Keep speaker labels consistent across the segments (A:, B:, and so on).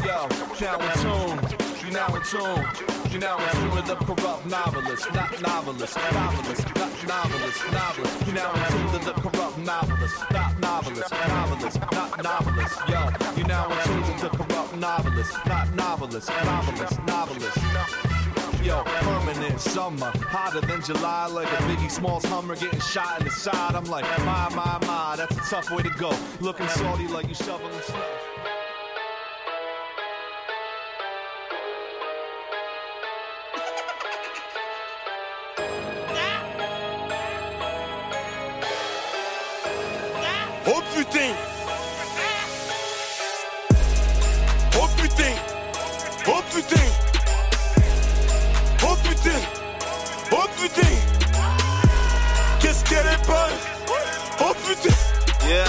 A: You're now in tune. You're now in tune. You're now in tune with the corrupt novelist, not novelist, novelist, not novelist, novelist. You're now in tune with the corrupt novelist, not novelist, novelist, not novelist. Yo, you're now in tune with the corrupt novelist, not novelist, novelist, novelist. Yo, permanent summer, hotter than July, like a Biggie Smalls Hummer getting shot in the side. I'm like, my, my, my, that's a tough way to go. Looking salty like you shoveling snow.
B: Oh putain Oh putain Oh putain Oh putain Oh putain Qu'est-ce qu'elle est bonne Oh putain
A: Yeah.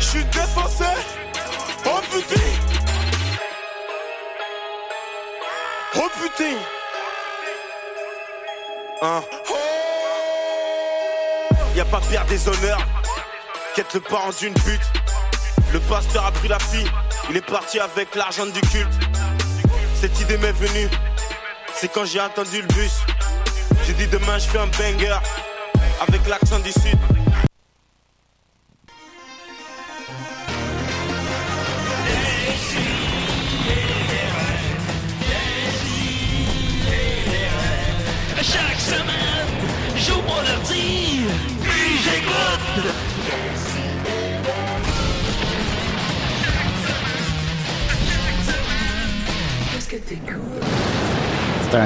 B: Je suis défoncé Oh putain Oh putain Hein Y'a pas pire des honneurs qu'être le parent d'une pute. Le pasteur a pris la fille, il est parti avec l'argent du culte. Cette idée m'est venue, c'est quand j'ai attendu le bus. J'ai dit demain je fais un banger avec l'accent du sud.
C: Chaque semaine, j'ouvre mon ordi, puis j'écoute.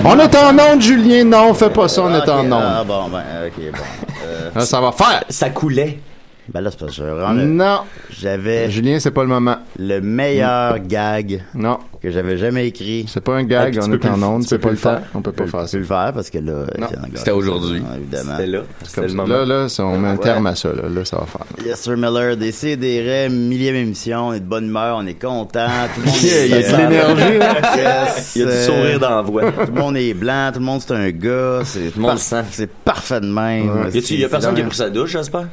D: On est en onde, Julien. Non, fais pas ça, on est
E: Ok,
D: en onde.
E: Ah bon, ben, ok, bon. Euh,
D: Ah, ça va faire.
F: Ça coulait.
E: ben là, c'est pas sûr.
D: Non.
E: J'avais
D: Julien, c'est pas le moment. Mm.
E: le meilleur gag
D: Non,
E: que j'avais jamais écrit.
D: c'est pas un gag,
E: Ah, tu
D: on
E: peux
D: est
E: plus
D: en
E: le-
D: onde,
E: tu
D: c'est
E: peux
D: pas
E: plus
D: le
E: le
D: temps.
E: faire.
D: On peut pas faire
E: Tu
D: ça.
E: le faire parce que là,
D: Non.
E: c'est encore-
G: C'était aujourd'hui.
E: Évidemment.
F: C'était là.
D: Comme
F: C'était le
D: ça.
F: moment.
D: Là, là, ça, on met un terme à ça, là. Là, ça va faire.
E: Yes, Sir Miller, des rêves, millième émission, on est de bonne humeur, on est content, tout le monde
D: Il y a-
E: est
D: il y a de
E: content.
D: l'énergie, là.
E: Yes,
F: Il y a du
E: euh,
F: sourire dans la voix.
E: Tout le monde est blanc, tout le monde c'est un gars, c'est
F: le
E: par-
F: sent.
E: c'est parfait de même.
F: Y a-tu- y a personne qui a
E: a
F: pris sa douche, j'espère?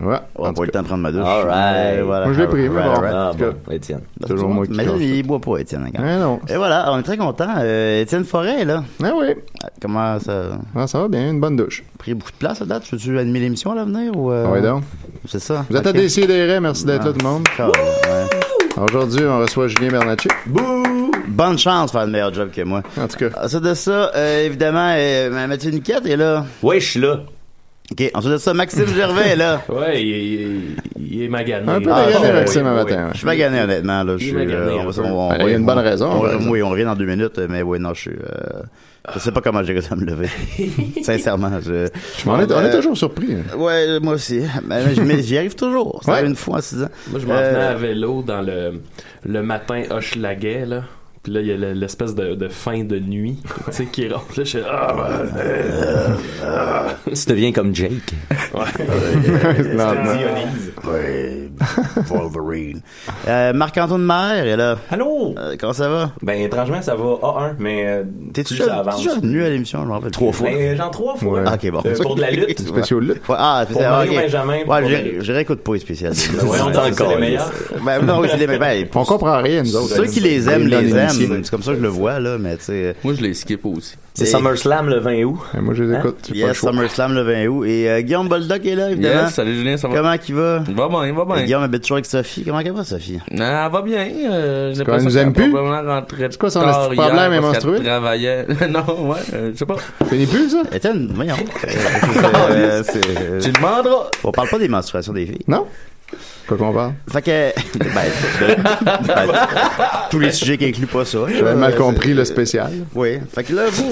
D: Ouais. en
E: On
D: tout
E: pas eu le
D: cas,
E: temps de prendre ma douche.
F: All right.
E: Ouais, voilà.
D: Moi, je l'ai pris, mais
E: All
D: bon.
E: right, all
F: Ah
D: En tout
F: bon, Étienne.
E: right.
D: Toujours moi qui
E: Mais là,
D: cache
E: il
D: ça.
E: boit pas, Étienne. encore.
D: Ah non.
E: Et voilà, on est très content. Euh, Étienne Forêt, là,
D: Ah oui.
E: comment ça
D: Ah, ça va bien, une bonne douche.
E: a pris beaucoup de place à date? Veux-tu animer l'émission à l'avenir ou euh,
D: Ah oui, donc.
E: C'est ça.
D: Vous êtes à
E: Ok.
D: Décideret, merci d'être
E: Ah.
D: là, tout le monde.
E: Cool, ouais.
D: Aujourd'hui, on reçoit Julien Bernacci.
E: Bonne chance de faire le meilleur job que moi. Ah,
D: En tout cas,
E: Ensuite de ça, euh, évidemment, euh, Mathieu Niquette est là.
F: Ouais, je suis là.
E: OK. Ensuite de ça, Maxime Gervais est là.
H: Ouais, il est, il est- il est magané.
D: un peu
E: Ah,
D: dégané,
E: ouais,
D: Maxime,
H: ouais,
D: un
H: ouais.
D: matin. ouais.
E: Je suis pas gagné, honnêtement. Là. Je suis,
H: Il m'a gagné
E: euh, on
H: un
E: va-
H: peu.
E: on-
D: Ah, il y a une
E: on-
D: bonne raison,
E: on-
D: par exemple.
E: oui, on revient dans deux minutes, mais oui, non, je suis. euh, je sais pas comment j'ai réussi à me lever. Sincèrement. Je, Euh,
D: Je m'en ai- On est toujours surpris. hein.
E: Ouais, moi aussi. Mais, mais- mais j'y arrive toujours. Ça
D: Ouais.
E: arrive une fois en six ans.
H: Moi, je m'en
E: Euh,
H: venais à vélo dans le, le matin Hochelaguet, là. Puis là, il y a le- l'espèce de, de fin de nuit, tu sais, qui rentre. Là, je suis ah, euh, ouais,
F: Tu deviens comme Jake.
D: Non, non.
E: ouais, Wolverine. Euh, Marc-Antoine Maher est là.
G: Allô?
E: Euh, comment ça va?
G: Ben, étrangement, ça va A1, mais. euh,
E: T'es-tu
G: plus ça
E: déjà, t'es
G: avance.
E: déjà venu à l'émission? Je me rappelle. Trois
G: Ben, genre trois fois.
D: Ouais.
E: Ah, ok, bon.
G: Euh, pour de la lutte.
D: Spécial lutte.
E: Ouais, ah, c'est
G: Pour
E: ça,
G: Mario
E: ok.
G: Benjamin,
E: Ouais,
G: pour-
E: je, je réécoute pas les spécialistes.
G: Ben, voyons,
E: Ouais,
G: c'est
E: c'est-
G: les meilleurs.
E: Ben, non, oui, c'est les ben,
D: On
E: pour
D: comprend rien, nous autres.
E: ceux qui les aiment,
G: les
E: les
G: initiés.
E: aiment. C'est comme ça que je le vois, là, mais tu sais. euh,
G: Moi, je les skip aussi.
F: C'est
E: Et-
F: SummerSlam le 20 août.
D: Et Moi, je
G: Hein?
D: les écoute. J'ai pas le
E: Yes,
D: choix.
E: SummerSlam le 20 août. Et euh, Guillaume Boldoc est là, évidemment.
G: Yes, salut Julien, ça va?
E: Comment qu'il va?
G: Il va bien, il va
E: Euh,
G: bien.
E: Guillaume habite toujours avec Sophie. Comment qu'elle va, Sophie?
G: Ah, elle va bien. Euh, j'ai
D: quoi, elle nous aime plus?
G: plus?
D: C'est quoi son esti de problème, elle est menstruée?
G: travaillait. non, ouais, euh, je sais pas.
D: Fini plus, ça?
E: Étienne, voyons. Euh, c'est- euh,
G: Tu demanderas.
E: on parle pas des menstruations des filles.
D: Non? Quoi qu'on parle?
E: Fait que. Ben, je- ben, tous les sujets qui incluent pas ça.
D: J'avais mal
E: Euh,
D: compris
E: c'est-
D: le spécial.
E: Oui. Fait que là, vous.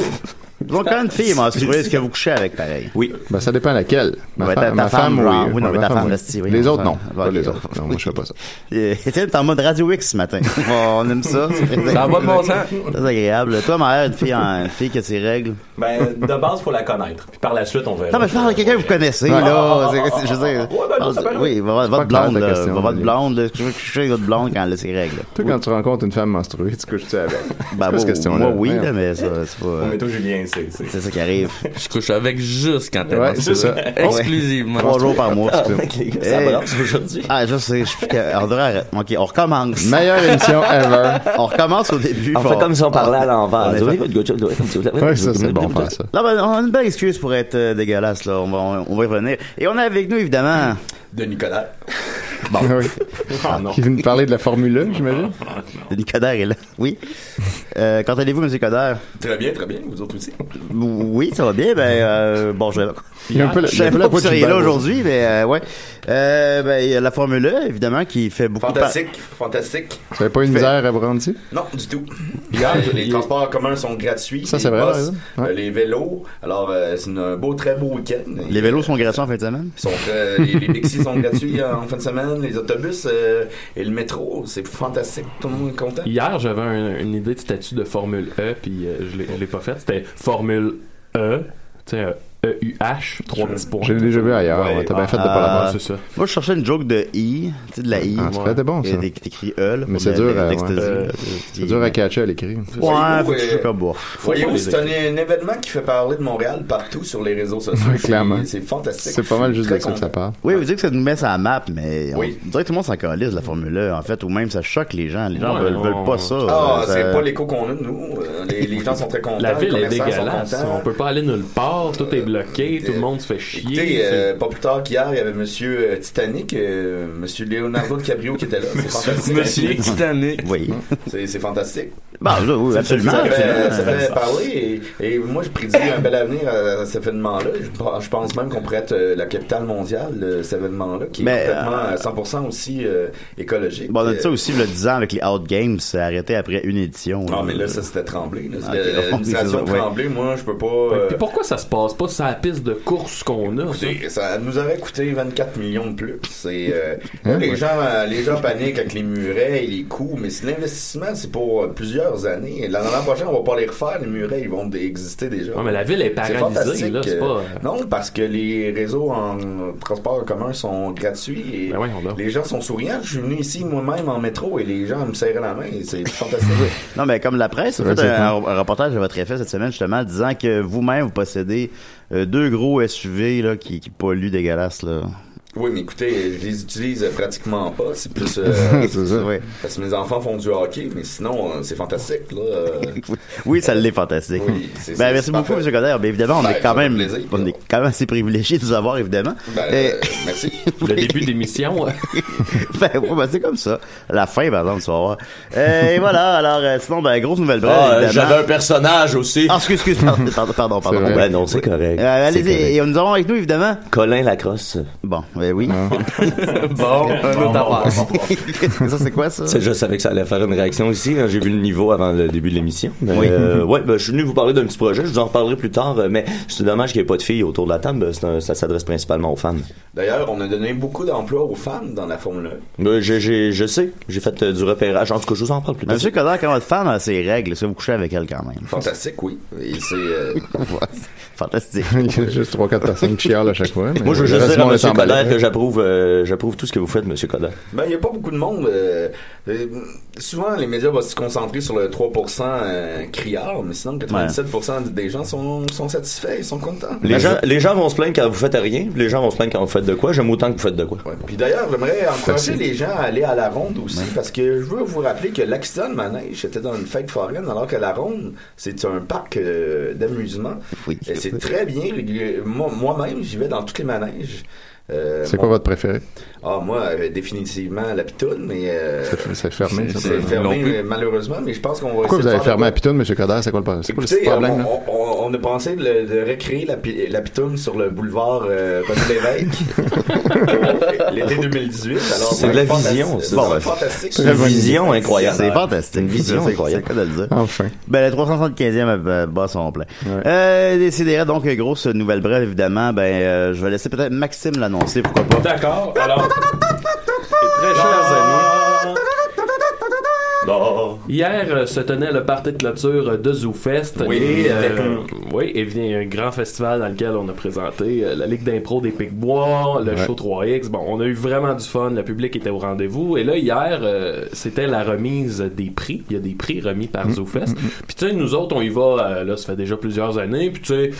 E: Vous, quand une fille est menstruée, est-ce que vous couchez avec pareil?
F: Oui.
D: Ben, ça dépend laquelle. Ma,
E: Ouais, ta-
D: femme,
E: ta
D: ma
E: femme,
D: femme,
E: genre,
D: oui.
E: oui, non,
D: Ouais,
E: mais
D: ma
E: ta
D: femme,
E: femme,
D: oui.
E: reste- oui,
D: Les
E: non,
D: autres, non.
E: ça-
D: Pas
E: ok.
D: les autres. Non, moi, je fais pas ça.
E: Euh, Étienne, t'es en mode Radio X ce matin. On, on aime ça. C'est très-
G: Oh, Ça va de bon sens.
E: très agréable. Toi, ma mère, une fille, en- une fille qui a ses règles.
F: Ben, de base, faut la connaître. Puis par la suite, on verra.
E: Non, mais je parle de quelqu'un que vous connaissez,
D: Ouais.
E: là. C'est- c'est- Je veux dire.
F: Ouais, ben, non, ça peut aller.
E: Oui, votre votre
D: pas clair,
E: blonde,
D: ta
E: là.
D: question,
E: Votre
D: Olivier.
E: blonde, là. Je veux que je sois votre blonde quand elle a ses règles.
D: Toi, quand tu rencontres une femme menstruée, tu couches-tu avec?
E: Bah,
D: C'est quoi cette
E: moi,
D: question-là?
E: oui,
D: Merde.
E: là, mais ça, c'est
F: On
E: pas.
F: met au Julien, c'est- c'est-
E: C'est ça qui arrive.
G: Je couche avec juste quand t'es
D: Ouais,
G: dans ce
D: c'est ça.
G: là. Exclusivement.
E: Trois jours par mois.
B: Ah,
E: c'est ça.
B: mec, les gars, ça
E: Hey.
B: balance aujourd'hui.
E: Ah, je sais, je suis plus qu'à- on devrait arrêter. Ok, on recommence.
D: Meilleure émission ever.
E: On recommence au début.
B: On
E: puis
B: fait comme si on parlait à
E: on
B: l'envers.
E: est fait-
D: Ouais, ça, c'est bon faire ça.
E: Non, ben, on a une belle excuse pour être euh, dégueulasse, là. On va, on va y revenir. Et on a avec nous, évidemment.
F: De Nicolas.
D: Oui.
I: Ah,
D: Qui veut nous parler de la Formule 1, j'imagine.
E: Denis Coderre est là. Oui. Euh, quand allez-vous, M. Coderre?
F: Très bien, très bien. Vous autres aussi.
E: Oui, ça va bien. Ben, euh, bon, je vais.
D: Il y a un peu la,
E: Je
D: il y a un
E: savais pas
D: peu la
E: que vous
D: voix de
E: seriez
D: Gilbert
E: là
D: Rozon.
E: aujourd'hui, mais euh, ouais. Euh, ben, il y a la Formule 1, évidemment, qui fait beaucoup par-
I: fantastique.
D: Vous avez pas une misère à Brandy?
I: Non, du tout. Hier, les transports communs sont gratuits.
D: Ça,
I: les
D: c'est vrai,
I: bus,
D: par exemple. Ouais.
I: euh, les vélos. Alors, euh, c'est une- un beau, très beau week-end.
E: Les vélos sont gratuits en fin de semaine.
I: Ils sont, euh, les, les Dixie sont gratuits en fin de semaine. Les autobus euh, et le métro, c'est fantastique. Tout le monde est content.
H: Hier, j'avais un- une idée de statut de Formule E, puis euh, je l'ai- je l'ai pas faite. C'était Formule E, tu sais, euh, E-U-H, trois petits points.
D: J'ai déjà vu ailleurs.
I: Ouais.
D: ouais, T'as bien fait de
E: Ah,
D: pas la
E: ah,
D: voir.
H: Ouais, c'est ça.
E: Moi, je cherchais une joke de I, tu sais, de la I.
D: Ah, ça c'était bon,
E: Et
D: ça.
E: des- qui t'écrit E, là, pour
D: Mais c'est
E: la- Euh,
D: dur à-
E: la l'ecstasy,
H: ouais.
E: là.
D: C'est dur à catcher à l'écrit.
E: Ouais, faut
I: Ouais.
E: que je sois comme bof.
I: Voyez-vous,
H: les
I: euh, c'est un, un événement qui fait parler de Montréal partout sur les réseaux sociaux.
D: Ouais, clairement.
I: C'est- C'est fantastique.
D: C'est pas mal juste
I: Très
D: de ça que ça
I: content.
D: parle.
E: Oui, vous dites que ça nous met sur la map, mais on
I: Oui.
E: on dirait que tout le monde s'en calise, la Formule E, en fait, ou même ça choque les gens. Les gens
H: Ouais,
E: veulent,
H: on-
E: veulent pas ça.
I: Ah,
E: Euh, ça-
I: c'est pas l'écho qu'on a, nous. Euh, Les, les gens sont très contents.
H: La
I: les
H: ville est
I: commerçants sont
H: dégueulasse.
I: contents.
H: On peut pas aller nulle part. Tout est bloqué. Tout
I: euh,
H: le monde se fait chier.
I: Écoutez,
H: c'est-
I: euh, pas plus tard qu'hier, il y avait Monsieur euh, Titanic, euh, Monsieur Leonardo DiCaprio qui était là. C'est fantastique.
G: Monsieur Titanic.
E: Oui.
I: C'est c'est fantastique.
E: Bah, oui, oui, absolument.
I: Ça fait,
E: absolument.
I: ça fait parler et, et moi, je prédis un bel avenir à, à cet événement-là. Je, pense- je pense même qu'on pourrait être euh, la capitale mondiale de cet événement-là, qui
E: Mais,
I: est complètement
E: euh,
I: à 100% aussi euh, écologique.
E: Bon, on a dit ça
I: Euh,
E: aussi, le 10 ans avec les Out Games, c'est arrêté après une édition.
I: Non, Ah, mais là, ça, c'était tremblé. là.
E: Ah,
I: C'était-
E: ok.
I: L'administration
E: Ouais.
I: tremblée, moi, je peux pas...
H: Ouais,
I: euh,
H: puis pourquoi ça se passe pas sur la piste de course qu'on a? ça?
I: Écoutez, ça nous aurait coûté 24 millions de plus. C'est euh, là, les gens, euh, les gens paniquent avec les murets et les coûts, mais c'est l'investissement, c'est pour euh, plusieurs années. L'an l'an prochain, on va pas les refaire. Les murets, ils vont dé- exister déjà.
H: Ouais, mais la ville est
I: C'est
H: paralysée,
I: fantastique,
H: là. C'est
I: euh,
H: pas.
I: Non, parce que les réseaux en transport en commun sont gratuits et
H: Ben voyons donc.
I: les gens sont souriants. Je suis venu ici moi-même en métro et les gens me serraient la main. C'est fantastique.
E: Non, mais comme la presse, a fait euh,
D: Ouais, c'est
E: un, un reportage à votre effet cette semaine, justement, disant que vous-même, vous possédez euh, deux gros SUV là, qui, qui polluent dégueulasse. Là.
I: oui, mais écoutez, je les utilise pratiquement pas. C'est plus... euh,
D: C'est ça.
E: Ouais.
I: Parce que mes enfants font du hockey, mais sinon, euh, c'est fantastique, là. Euh,
E: Oui, ça l'est fantastique.
I: Oui, c'est-
E: ben,
I: c'est-
E: merci
I: c'est
E: beaucoup, M.
I: parfait.
E: Coderre. Ben, évidemment, on
I: Ben,
E: est quand
I: ça fait
E: même
I: plaisir.
E: on est quand même assez privilégié de vous avoir, évidemment.
I: ben,
E: Et-
I: euh, merci.
H: Le début d'émission, euh,
E: ben, ouais, ben, c'est comme ça. La fin, par exemple, tu vas voir. Euh, et voilà, alors, euh, sinon, ben, grosse nouvelle brève, évidemment.
F: un personnage aussi.
E: Ah, excuse, excuse, pardon, pardon, pardon. pardon.
D: vrai.
E: Ouais.
F: non, c'est correct.
E: Euh, Allez-y, et nous avons avec nous, évidemment.
F: Colin Lacrosse.
E: Bon, ben oui.
G: Bon, un autre affaire.
E: ça, c'est quoi, ça?
F: Tu sais, je savais que ça allait faire une réaction ici. hein. J'ai vu le niveau avant le début de l'émission. Mais,
E: Oui.
F: euh, ouais, ben, je suis venu vous parler d'un petit projet. Je vous en reparlerai plus tard. euh, Mais c'est dommage qu'il n'y ait pas de filles autour de la table. C'est un- ça s'adresse principalement aux femmes.
I: D'ailleurs, on a donné beaucoup d'emplois aux femmes dans la Formule
F: Mais je, je- je sais. Ben, J'ai fait euh, du repérage. En tout cas, je vous en parle plus tard.
E: Monsieur Coderre, quand votre femme a ses règles, est-ce que vous couchez avec elle quand même?
I: 1. Fantastique, oui. Et c'est... euh,
E: Fantastique.
D: Il y a juste 3-4 personnes qui chialent à chaque fois. mais
F: Moi, je veux
D: le
F: juste
D: reste
F: dire
D: du
F: à
D: monde
F: M.
D: est emballé.
F: Coder que j'approuve, euh, j'approuve tout ce que vous faites, M. Coder.
I: ben, il n'y a pas beaucoup de monde. euh, euh, souvent, les médias vont se concentrer sur le 3% euh, criard, mais sinon, 97% des gens sont, sont satisfaits, ils sont contents. Ben,
F: Les gens, les gens vont se plaindre quand vous faites rien, puis les gens vont se plaindre quand vous faites de quoi. J'aime autant que vous faites de quoi.
I: Ouais. Puis d'ailleurs, j'aimerais encourager les gens à aller à la ronde aussi, parce que je veux vous rappeler que l'accident de manège, c'était dans une fête foraine, alors que la ronde, c'est un parc euh, d'amusement.
E: Oui.
I: Et c'est très bien régulier. Moi- Moi-même, j'y vais dans tous les manèges. Euh,
D: C'est
I: mon-
D: quoi votre préféré?
I: Ah, moi, euh, définitivement, la pitoune, mais... euh,
D: C'est fermé, ça.
I: c'est
D: peut-
I: fermé, euh, malheureusement, mais je pense qu'on va...
D: Pourquoi
I: essayer
D: vous
I: de
D: avez
I: faire-
D: fermé à Pitoune, M. Coderre? C'est quoi le problème? C'est quoi le
I: Écoutez,
D: problème,
I: euh,
D: là?
I: on, on- on a pensé de, le- de recréer la, pi- la pitoune sur le boulevard euh, René Lévesque l'été 2018. alors,
F: C'est de
I: ouais,
F: la
I: fantastique.
F: vision, ça.
I: C'est
E: Bon, ouais.
I: fantastique.
F: C'est une vision incroyable.
E: C'est fantastique.
F: Une vision
E: C'est-
F: incroyable.
E: C'est le cas de le dire.
D: Enfin.
E: Ben, le 375e euh, bat son plein. Euh, décidéra, donc, euh, grosse nouvelle brève, évidemment. Ben, euh, je vais laisser peut-être Maxime l'annoncer, pourquoi pas.
H: D'accord. Alors,
F: Très chers amis.
E: Oh.
H: Hier euh, se tenait le party de clôture euh, de ZooFest.
I: Oui,
H: et, euh,
I: avec un-
H: oui, et vient un grand festival dans lequel on a présenté euh, la Ligue d'impro des Pic-Bois, le show 3X. Bon, on a eu vraiment du fun, le public était au rendez-vous. Et là, hier, euh, c'était la remise des prix. Il y a des prix remis par ZooFest. Puis tu sais, nous autres, on y va, euh, là, ça fait déjà plusieurs années. Puis tu sais,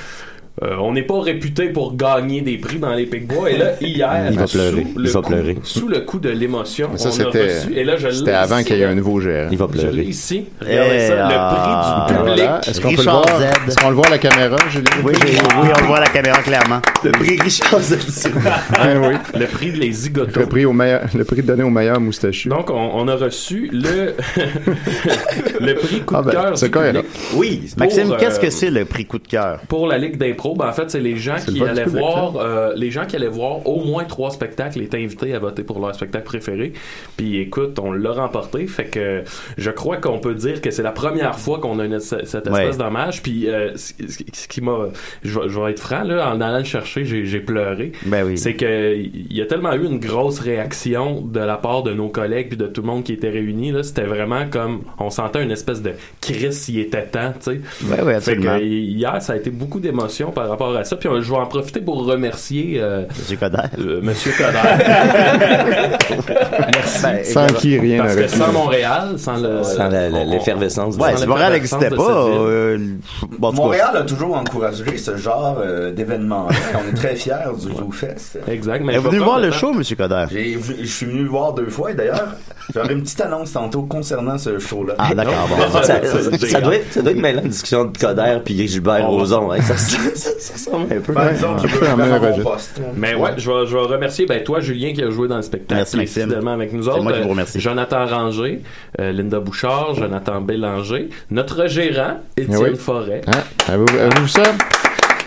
H: euh, on n'est pas réputé pour gagner des prix dans les Pic-Bois. Et là, hier,
E: Il va
H: sous,
E: pleurer.
H: Le
E: Il va
H: coup,
E: pleurer.
H: sous le coup de l'émotion,
D: Ça,
H: on a
D: c'était-
H: reçu... Et là, je
D: C'était
H: l'ai
D: avant qu'il y ait
H: ici.
D: un nouveau gérant.
F: Il va
H: Je l'ai
F: pleurer.
H: ici. Regardez
E: Eh,
H: ça,
E: ah.
H: le prix du public.
D: Voilà. Est-ce qu'on peut le
E: Richard
D: voir?
E: Z.
D: Est-ce qu'on le voit à la caméra, Julien?
E: Oui, j'ai- oui, on le voit à la caméra clairement. Le prix Richard Z.
D: Ah, oui.
H: Le prix de les zigotos.
D: Le prix, au meilleur, le prix donné au meilleur moustachu.
H: Donc, on, on a reçu le, le prix coup
D: Ah
H: de
D: ben,
H: cœur
D: c'est
H: du
D: cohérent.
H: public
E: Oui,
H: Pour,
E: Maxime,
H: euh,
E: qu'est-ce que c'est le prix coup de cœur?
H: pour la Ligue d'impro. Ben, en fait, c'est les gens
D: le
H: qui
D: vote du
H: allaient
D: public,
H: voir, euh, les gens qui allaient voir au moins trois spectacles étaient invités à voter pour leur spectacle préféré. Puis écoute, on l'a remporté. Fait que je crois qu'on peut dire que c'est la première fois qu'on a une- cette espèce
E: Ouais.
H: d'hommage. Puis euh, ce ce- ce qui m'a, je vais je vais être franc là, en allant le chercher, j'ai j'ai pleuré.
E: Ben oui.
H: c'est que il y a tellement eu une grosse réaction de la part de nos collègues puis de tout le monde qui était réuni là c'était vraiment comme on sentait une espèce de crise il était temps tu sais
E: Ouais, ouais,
H: Fait que,
E: absolument.
H: euh, hier ça a été beaucoup d'émotions par rapport à ça puis euh, je vais en profiter pour remercier euh,
E: Monsieur Coderre.
H: euh, Monsieur Coderre
E: Ben,
D: Sans qui, rien
H: parce que
D: n'aurait pu.
H: sans Montréal sans le
F: Sans la- la-
H: on-
F: l'effervescence.
H: Ouais,
E: euh, Ouais,
H: sans
E: si
H: la
E: Montréal
H: présence
E: n'existait
H: de
E: pas,
H: cette ville.
E: euh, bon, en tout cas,
I: Montréal a toujours encouragé ce genre euh, d'événement. On est très fiers du ZooFest.
H: on- exact mais
E: Est
H: je vais
E: venu Eh, voir
H: prendre
E: le
H: temps.
E: show, Monsieur Coderre.
I: J'ai vu- Je suis venu le voir deux fois et d'ailleurs, j'aurais une petite annonce tantôt concernant ce show-là.
E: Ah, d'accord, bon.
F: Ça, ça- ça- ça doit être, ça doit être mêlant de discussion de Coder puis Gilbert
E: Oh.
F: Rozon. hein. Ça, ça, ça, ça ressemble un peu.
I: Ben, disons que
D: un
I: je
D: peu
I: peux
D: en
I: faire
D: meilleur
I: mon
D: rejet.
I: poste.
H: Mais ouais, je vais, je vais remercier ben, toi, Julien, qui a joué dans le spectacle.
E: Merci,
H: qui est
E: Maxime.
H: fidèlement avec nous
E: C'est
H: autres.
E: moi qui vous
H: Euh,
E: remercie.
H: Jonathan Ranger, euh, Linda Bouchard, Jonathan Bélanger, notre gérant, Étienne
D: Ah oui.
H: Forêt.
D: Hein? Avez-vous avez-vous ça?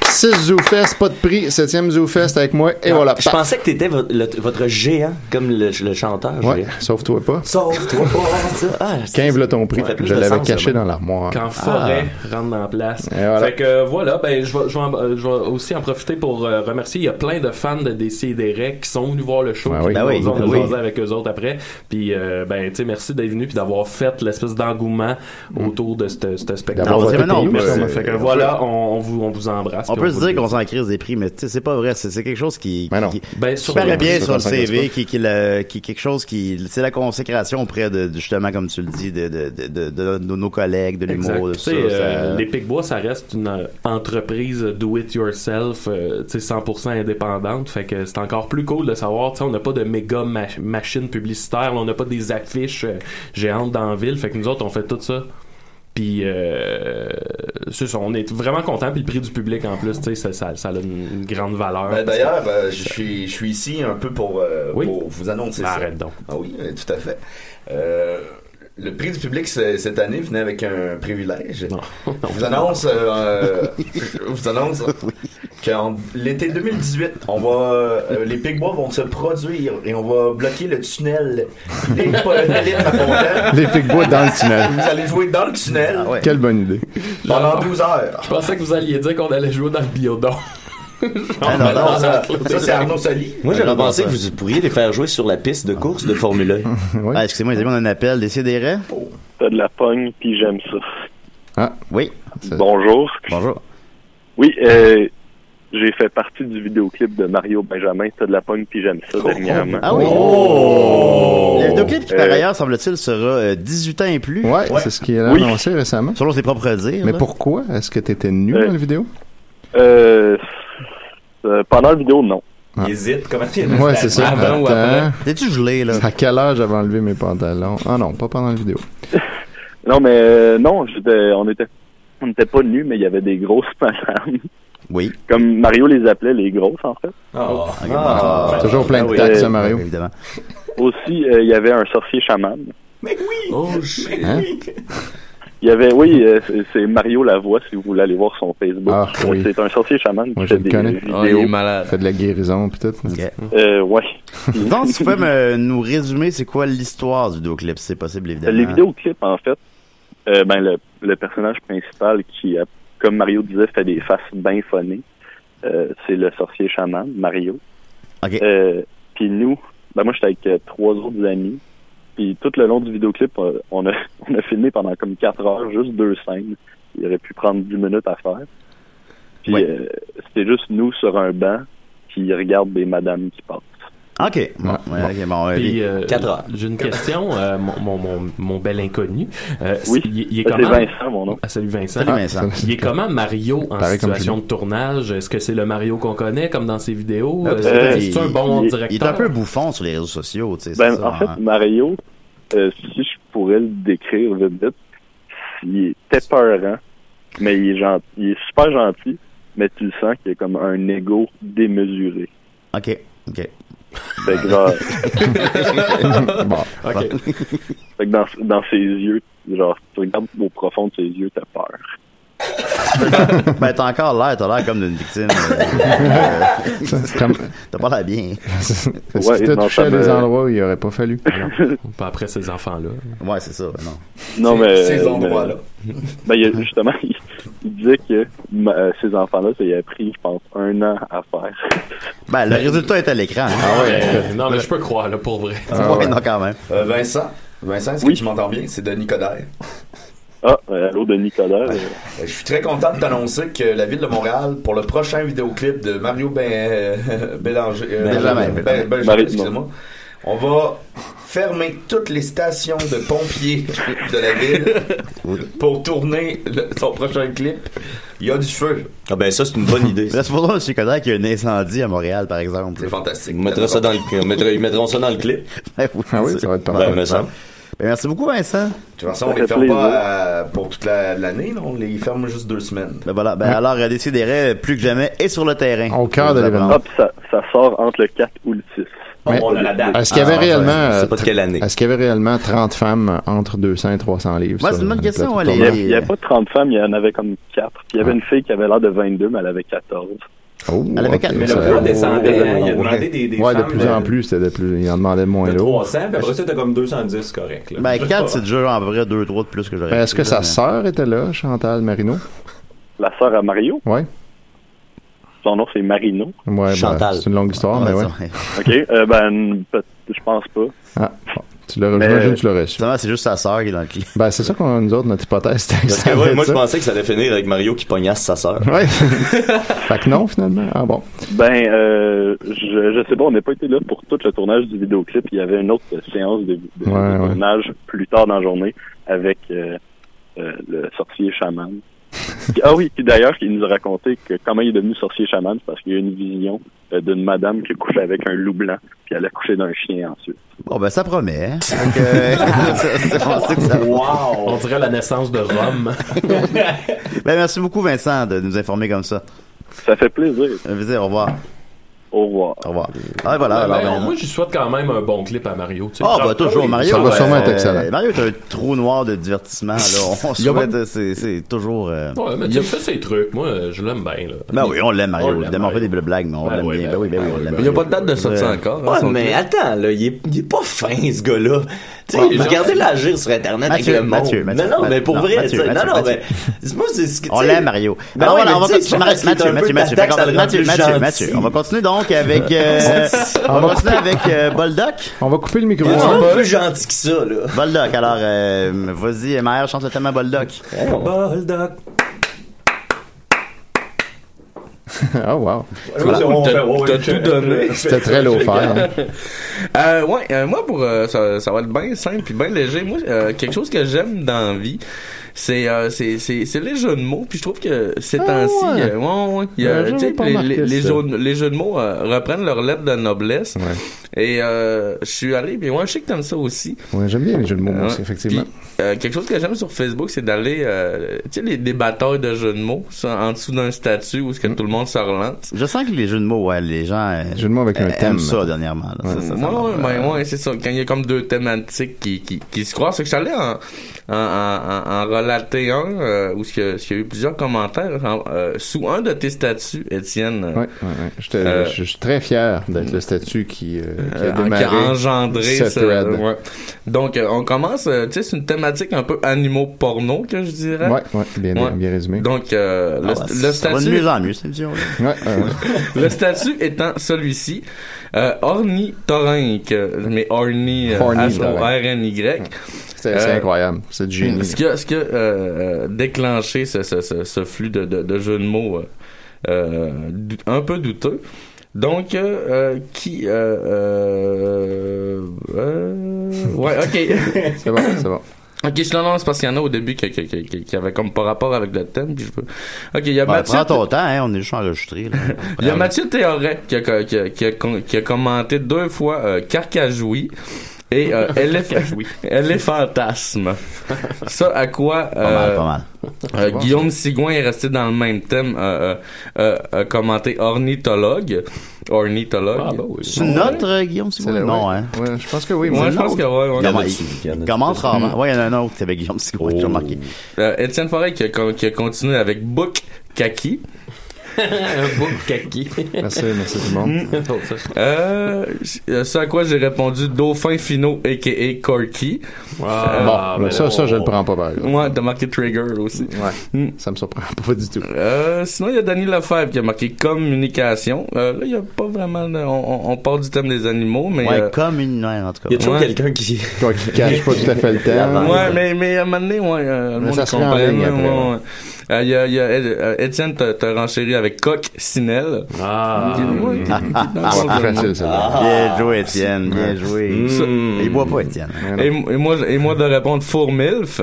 D: 6 ZooFest, pas de prix. 7e ZooFest avec moi. Et voilà.
F: Ah, Je
D: Paf.
F: pensais que t'étais votre, le- votre géant, comme le, le chanteur.
D: Ouais,
F: géant.
D: sauve-toi pas.
F: Sauve-toi pas, ça. Ah, c'est-
D: Quinve l'a ton prix.
F: Ouais, plus
D: Je
F: de
D: l'avais
F: sens,
D: caché
F: ça,
D: dans l'armoire. Ah,
H: Quand Forêt rentre en place.
D: Et voilà.
H: Fait que euh, voilà, ben, je, vais, je, vais en- euh, je vais aussi en profiter pour euh, remercier. Il y a plein de fans de DC et des Recs qui sont venus voir le show.
D: Ouais,
H: puis
D: oui.
E: Ben
H: nous,
E: oui,
H: on a
E: oui.
H: jasé avec eux autres après. Puis, euh, ben, tu sais, merci d'être venu puis d'avoir fait l'espèce d'engouement autour de ce ce spectacle.
D: Mm. D'avoir
E: Non, c'est-
D: voté
E: non,
D: pour,
E: mais
D: euh,
H: Fait que voilà, on, on vous, on vous embrasse.
E: On
H: puis
E: peut
H: vous
E: se dire
H: le
E: qu'on s'en crise des prix, mais tu sais, c'est pas vrai. C'est c'est quelque chose qui,
D: Ben non.
E: qui,
H: Ben,
E: qui
H: sur
E: paraît bien
D: ça,
E: sur le
D: ça s'engage
E: CV,
D: pas.
E: qui, qui, le- qui- quelque chose qui, c'est la consécration auprès de, de- justement, comme tu le dis, de, de, de, de- de nos collègues, de l'humour, de tout
H: Exact. Tu
E: ça.
H: sais, euh,
E: ça-
H: les Picbois, ça reste une euh, entreprise do it yourself, euh, tu sais, 100% indépendante. Fait que c'est encore plus cool de savoir, tu sais, on n'a pas de méga mach- machine publicitaire, là, on n'a pas des affiches euh, géantes dans la ville. Fait que nous autres, on fait tout ça. Puis, euh, c'est ça, on est vraiment content. Puis le prix du public en plus, tu sais, ça, ça, ça a une, une grande valeur.
I: Ben, D'ailleurs, euh, je suis, je suis ici un peu pour, euh,
H: Oui.
I: pour vous annoncer
H: Ben,
I: ça.
H: arrête donc.
I: Ah oui, euh, tout à fait. Euh, le prix du public ce- cette année venait avec un privilège.
H: Non.
I: Je vous annonce, euh, euh, je vous annonce qu'en l'été 2018, on va, euh, les Pigbois vont se produire et on va bloquer le tunnel. Les Polonais à Fontaine.
D: Les Picbois dans le tunnel.
I: Vous allez jouer dans le tunnel
E: Ah ouais.
D: Quelle bonne idée.
I: pendant 12 heures.
H: Je pensais que vous alliez dire qu'on allait jouer dans le biodon.
E: Ah, non, non,
I: Non, ça, ça, c'est Arnaud Soli.
F: Moi,
E: Ah,
F: j'aurais
E: bon,
F: pensé
E: ça.
F: que vous pourriez les faire jouer sur la piste de course de Formule 1.
E: Ah, excusez-moi, les amis, on a un appel. Décidérez?
J: T'as de la pogne, puis j'aime ça.
D: Ah.
E: Oui.
J: Bonjour.
E: Bonjour.
J: Oui, euh, j'ai fait partie du vidéoclip de Mario Benjamin, T'as de la pogne, puis j'aime ça, dernièrement.
E: Ah oui.
D: Oh!
E: Le vidéoclip qui, par
J: Euh,
E: ailleurs, semble-t-il, sera euh, 18 ans et plus.
D: Ouais, c'est ce qu'il a
J: Oui.
D: annoncé récemment.
E: Selon ses propres dires.
D: Mais
E: là.
D: pourquoi? Est-ce que t'étais nu
J: Euh,
D: dans la vidéo?
J: Euh, euh, pendant la vidéo, non.
D: Ah.
F: Hésite, comment tu
D: Ouais, c'est
J: Ah,
D: ça.
G: avant
J: ben,
G: ou après?
D: Attends.
E: T'es-tu gelé, là?
D: À quel âge j'avais enlevé mes pantalons? Ah non, pas pendant la vidéo.
J: Non, mais euh, non, j'étais- on était on n'était pas nus, mais il y avait des grosses madames.
E: Oui.
J: Comme Mario les appelait, les grosses, en fait.
E: Ah,
D: Toujours plein
F: ah
D: de
F: oui.
D: taxes,
J: Euh,
D: Mario.
E: Évidemment.
J: Aussi, euh, il y avait un sorcier chaman.
D: Hein?
J: Il y avait, oui, euh, c'est- c'est Mario Lavoie, si vous voulez aller voir son Facebook. Euh,
D: Ah, oui.
J: C'est un sorcier chaman
D: Moi, je
J: qui fait
D: le
J: des
D: connais.
F: Oh,
G: Ah, il
J: vidéos.
G: est malade.
D: Fait de la guérison pis tout.
E: Ok.
J: Euh, ouais.
E: Donc, si tu peux me, nous résumer, c'est quoi l'histoire du vidéoclip, si c'est possible, évidemment.
J: Les vidéoclips, en fait, euh, ben, le, le personnage principal qui, a- comme Mario disait, fait des faces bien phonées, euh, c'est le sorcier chaman, Mario.
E: Ok.
J: Euh, Puis nous, ben, moi, j'étais avec euh, trois autres amis. Puis tout le long du vidéoclip, euh, on a, on a filmé pendant comme quatre heures, juste deux scènes. Il aurait pu prendre 10 minutes à faire. Puis euh, c'était juste nous sur un banc qui regarde des madames qui passent.
E: OK. Bon, ouais, ok, bon, ouais,
H: Puis,
E: les-
H: euh, J'ai une question, euh, mon, mon, mon, mon bel inconnu. Euh,
J: Oui,
H: c'est- il, il est
J: c'est
H: comment...
J: Vincent, mon nom.
H: Ah, salut Vincent.
E: Salut, Vincent.
H: Il est comment Mario en
E: Pareil comme
H: situation
E: Julie.
H: de tournage? Est-ce que c'est le Mario qu'on connaît, comme dans ses vidéos?
E: Euh,
H: Euh, c'est-
E: il-
H: c'est un bon
E: il-
H: directeur?
E: Il est un peu bouffon sur les réseaux sociaux, tu sais.
J: Ben,
E: c'est ça,
J: en fait,
E: hein.
J: Mario, euh, si je pourrais le décrire vite vite, il était peurant, mais il est gentil, il est super gentil, mais tu le sens qu'il est comme un ego démesuré. Ben,
E: OK. OK.
J: Fait que, genre,
E: bon.
H: OK.
J: fait que dans, dans ses yeux, genre, tu regardes au profond de ses yeux, t'as peur.
E: ben, t'as encore l'air, t'as l'air comme d'une victime. euh,
D: Comme-
E: t'as pas l'air bien.
D: Est-ce
J: Ouais,
D: qu'il t'a
J: non,
D: touché
J: ça
D: à des
J: me-
D: endroits où il aurait pas fallu?
H: Pas après ces enfants-là.
E: Ouais, c'est ça, non.
J: Non, mais.
I: Ces
J: mais-
I: endroits-là.
J: Ben, il y a- justement, il, il disait que ma- euh, ces enfants-là, ça y a pris, je pense, un an à faire.
E: Ben, le résultat est à l'écran. hein.
H: Ah ouais. non, mais je peux croire, là, pour vrai.
E: ouais, non, quand même.
I: Euh, Vincent, Vincent, est-ce
J: Oui.
I: que tu m'entends bien? C'est Denis Coderre.
J: Ah, euh, allô, de Nicolas. euh,
I: Euh, Je suis très content de t'annoncer que la ville de Montréal, pour le prochain vidéoclip de Mario Ben- euh, Bélanger, euh,
E: Benjamin.
I: Ben- Ben- Benjamin,
J: Mario-
I: excusez-moi, on va fermer toutes les stations de pompiers de la ville pour tourner le- son prochain clip. Il y a du feu.
F: Ah ben ça, c'est une bonne idée.
E: Là, c'est pour ça que je suis content qu'il y a un incendie à Montréal, par exemple.
I: C'est fantastique.
F: On mettra ça dans le, on mettra- ils mettront ça dans le clip.
E: Ben, oui,
D: Ah oui,
E: c'est-
D: ça va être pas
F: Ben,
D: mal.
F: me semble.
E: Ben, merci beaucoup, Vincent.
I: De toute façon, on
J: Ça
I: les
J: fait
I: ferme
J: plaisir.
I: pas à- pour toute la- l'année, là. on les ferme juste deux semaines.
E: Ben voilà, ben alors, euh, Décideret, plus que jamais, et sur le terrain.
D: Au cœur
E: Je
D: de
E: vous
D: l'événement.
E: apprends.
J: Ah, puis ça, ça sort entre le 4 ou le 6.
D: Mais-
F: on a la date.
D: Est-ce qu'il y avait
E: Ah, ouais,
D: réellement,
F: Je
D: euh,
F: sais pas de quelle année.
D: est-ce qu'il y avait réellement 30 femmes euh, entre 200 et 300 livres?
E: Ouais,
D: sur
E: c'est une bonne
D: le
E: question,
D: plateau
E: ouais,
D: de
E: les-
D: tournage?
J: Il n'y avait pas 30 femmes, il y en avait comme 4. Puis il y avait une fille qui avait l'air de 22, mais elle avait 14.
D: Oh,
E: Elle avait
D: ok,
E: quatre, mais
D: ça-
E: le
K: Là, on descendait, hein, il a
D: Ouais.
K: demandé des, des
D: ouais,
K: femmes
D: de plus en plus, c'était de plus, il en demandait moins
K: de ben,
D: l'autre.
K: 300, puis après ça, t'as comme 210, c'est correct. Là.
E: Ben, 4, c'est déjà genre, à peu près 2-3 de plus que j'aurais.
D: Ben, Est-ce que
E: cru, là,
D: sa
E: mais-
D: sœur était là, Chantal Marino?
J: La sœur à Mario,
D: Ouais.
J: son nom c'est Marino.
D: Ouais, ben,
F: Chantal.
D: c'est une longue histoire, mais ouais.
E: ça, Ah, ouais.
J: OK? Euh, ben, peut- je pense pas.
D: Ah, bon, tu l'aurais,
J: Mais-
D: j'imagine que tu l'aurais su.
E: Finalement, c'est juste sa sœur qui est dans le clip.
D: Ben, c'est ça qu'on, nous autres, notre hypothèse, c'était que
F: Parce
D: ça
F: que
D: allait
F: ouais,
D: être
F: moi, je
D: ça.
F: pensais que ça allait finir avec Mario qui pognasse sa sœur.
D: Ouais. fait que non, finalement. Ah bon.
J: Ben, euh, je, je sais pas, on n'a pas été là pour tout le tournage du vidéoclip. Il y avait une autre séance de, de- de
D: Ouais, ouais.
J: tournage plus tard dans la journée avec euh, euh, le sorcier chaman. Puis- ah oui, puis d'ailleurs, il nous a raconté que comment il est devenu sorcier chaman, c'est parce qu'il y a eu une vision euh, d'une madame qui couche avec un loup blanc, puis elle a couché d'un chien ensuite.
E: Bon, ben, ça promet. hein. Fait que, euh, c'est- on sait que ça-
H: On dirait la naissance de Rome.
E: Ben, merci beaucoup, Vincent, de nous informer comme ça.
J: Ça fait plaisir.
E: Un plaisir, au revoir.
J: Au revoir.
E: Au revoir. Ah, voilà.
H: Ben,
E: alors, ben,
H: ben, moi, je souhaite quand même un bon clip à Mario. tu sais.
E: Ah,
H: Genre,
E: bah, toujours,
H: oui.
E: Mario.
D: Ça va
E: euh,
D: sûrement être excellent.
E: Mario est un trou noir de divertissement, là. On
G: Il y a
E: souhaite,
G: pas-
E: euh, c'est, c'est toujours, euh,
H: Ouais, mais tu fais ses trucs. Moi, euh, je l'aime bien, là.
E: Ben oui, on l'aime,
H: On
E: Mario.
H: l'aime,
E: Évidemment, on fait
H: Mario.
E: des blagues, mais on
H: Ben
E: l'aime
H: oui,
E: bien.
H: ben
E: Ben oui, ben oui, on l'aime.
G: Il n'y a pas de date de sortie encore. hein,
F: Ouais,
G: son
F: mais
G: clip.
F: attends, là, il est, il est pas fin, ce gars-là. Tu
H: Ouais,
F: sais,
H: genre-
F: regardez-le agir sur Internet
E: Mathieu,
F: avec le monde.
E: Mathieu, Mathieu,
F: non, non,
E: Mathieu,
F: mais pour
E: non,
F: vrai,
E: Mathieu,
F: tu sais, non,
E: Mathieu,
F: non, mais. Dis-moi, c'est ce que.
E: On
F: tu sais-
E: l'aime, Mario.
F: Ben
E: Alors,
F: ouais,
E: voilà, on va
F: mais tu sais, c'est
E: continuer.
F: pas parce
E: Mathieu,
F: que t'es
E: Mathieu, Mathieu,
F: un peu
E: Mathieu,
F: d'attaque, ça le rend
E: Mathieu,
F: plus
E: Mathieu,
F: gentil.
E: Mathieu. On va continuer donc avec, euh, on va continuer avec euh, Boldoc.
D: On va couper le micro.
F: Il est
D: hein.
F: pas plus gentil que ça, là.
E: Boldoc, alors, euh, vas-y, Maher, chante le thème à Boldoc.
K: Boldoc.
D: Ah, wow.
G: T'as tout donné.
D: C'était très low fare. hein.
G: Euh, ouais, euh, moi pour euh, ça, ça va être bien simple puis bien léger. Moi, euh, quelque chose que j'aime dans la vie, c'est euh, c'est c'est c'est les jeux de mots. Puis je trouve que ces
D: Ah,
G: temps-ci,
D: ouais.
G: euh, ouais, ouais, il y a-
D: Ouais, j'avais
G: tu sais,
D: pas
G: les,
D: remarqué
G: les, les
D: ça.
G: jeux, les jeux de mots euh, reprennent leur lettre de noblesse. Et euh, je suis allé, puis ouais, je sais que t'aimes ça aussi.
D: Ouais, j'aime bien les jeux de mots, moi aussi,
G: Ouais.
D: effectivement.
G: Puis, euh, quelque chose que j'aime sur Facebook, c'est d'aller, euh, tu sais, les, des batailles de jeux de mots, ça, en dessous d'un statut où ce
D: Mm.
G: que tout le monde se relance.
E: Je sens que les jeux de mots, ouais, les gens, euh,
D: Jeux de mots avec un
E: euh,
D: thème.
E: aiment ça dernièrement. là. Ça, ça, ça
G: ouais,
E: marche,
G: ouais,
E: euh,
G: ben, ouais, c'est ça. Quand il y a comme deux thématiques qui, qui, qui se croisent, c'est que j'allais en, en, en, en, en relaté un euh, où il y, a- il y a eu plusieurs commentaires hein, euh, sous un de tes statuts, Étienne.
D: Ouais, ouais, ouais. Je, te-
G: Euh,
D: je- je suis très fier d'être le statut qui, euh, qui a
G: euh,
D: démarré.
G: qui a engendré
D: ce
G: ce-
D: thread.
G: ouais. Donc, euh, on commence, euh, tu sais, c'est une thématique un peu animaux porno, que je dirais.
D: Ouais, ouais, bien,
G: Ouais.
D: bien résumé.
G: Donc, euh, le,
E: Ah, bah,
G: le
E: ça va de
G: statut...
E: mieux en mieux, cette émission.
D: Ouais, ouais, ouais.
G: le statut étant celui-ci, euh, ornithorynque, euh, mais orny, euh,
D: Horny,
G: H-O-R-N-Y.
D: C'est c'est
G: Euh,
D: incroyable. C'est du génie.
G: Ce qui a, ce qui a, euh, euh, déclenché ce, ce- ce- ce flux de, de- de jeux de mots euh, euh, dou- un peu douteux. Donc, euh, euh, qui... euh, euh, euh, ouais, OK.
D: c'est bon, c'est bon.
G: OK, je l'annonce parce qu'il y en a au début qui, qui, qui, qui- qui avaient comme pas rapport avec le thème. Puis je peux... OK, il y a
E: Ouais,
G: Euh, Mathieu...
E: prends ton temps, hein, on est juste enregistré. là.
G: Il y a Mathieu Théoret qui a, qui a- qui a- qui a commenté deux fois euh, Carcajoui et euh, Éléph- Éléphantasme. Ça, à quoi
E: mal,
G: euh,
E: pas mal.
G: euh, Guillaume Sigouin est resté dans le même thème, euh, euh, euh, euh, commenté ornithologue. Ornithologue.
E: C'est une note, euh, Guillaume, si vous voulez. Non, hein.
D: Ouais, je pense que oui.
G: Moi, je pense que ouais, ouais.
E: Il y en a- il- il commente rarement.
G: Mm.
E: Ouais, il y en a un autre, c'est avec Guillaume Sigouin,
D: Oh.
E: j'ai remarqué.
G: Euh, Étienne Forêt qui a, con- qui a continué avec Book Kaki.
H: Un beau kaki.
D: Merci, merci tout le monde.
E: Mm.
G: Euh, ce à quoi j'ai répondu Dauphin Fino a.k.a. Corky.
E: Ah,
D: bon,
E: ben
D: ça, ça, je le prends pas par exemple.
G: Moi, t'as marqué Trigger là, aussi. Mm.
D: Ouais, ça me surprend pas du tout.
G: Euh, sinon, il y a Danny Lefebvre qui a marqué communication. Euh, là, il y a pas vraiment. de- on, on- on part du thème des animaux, mais.
E: Ouais,
G: euh,
E: comme une ouais, en tout cas.
G: Il y a toujours
E: Ouais.
G: quelqu'un
F: qui.
D: qui cache pas tout à fait le temps.
G: Ouais, mais, mais à un moment donné, ouais, euh, le
D: Mais
G: monde
D: ça se fait en
G: comprend. là,
D: ligne après,
G: ouais,
D: ouais.
G: ouais. Euh, Il y a, il y a euh, Étienne, t'as t'as renchéri avec Coq Sinel.
H: Ah,
E: Ah, Bien joué, Étienne. Bien joué.
G: Ça-
E: Il boit pas, Étienne.
G: Et, et moi, et moi de répondre Fourmilf.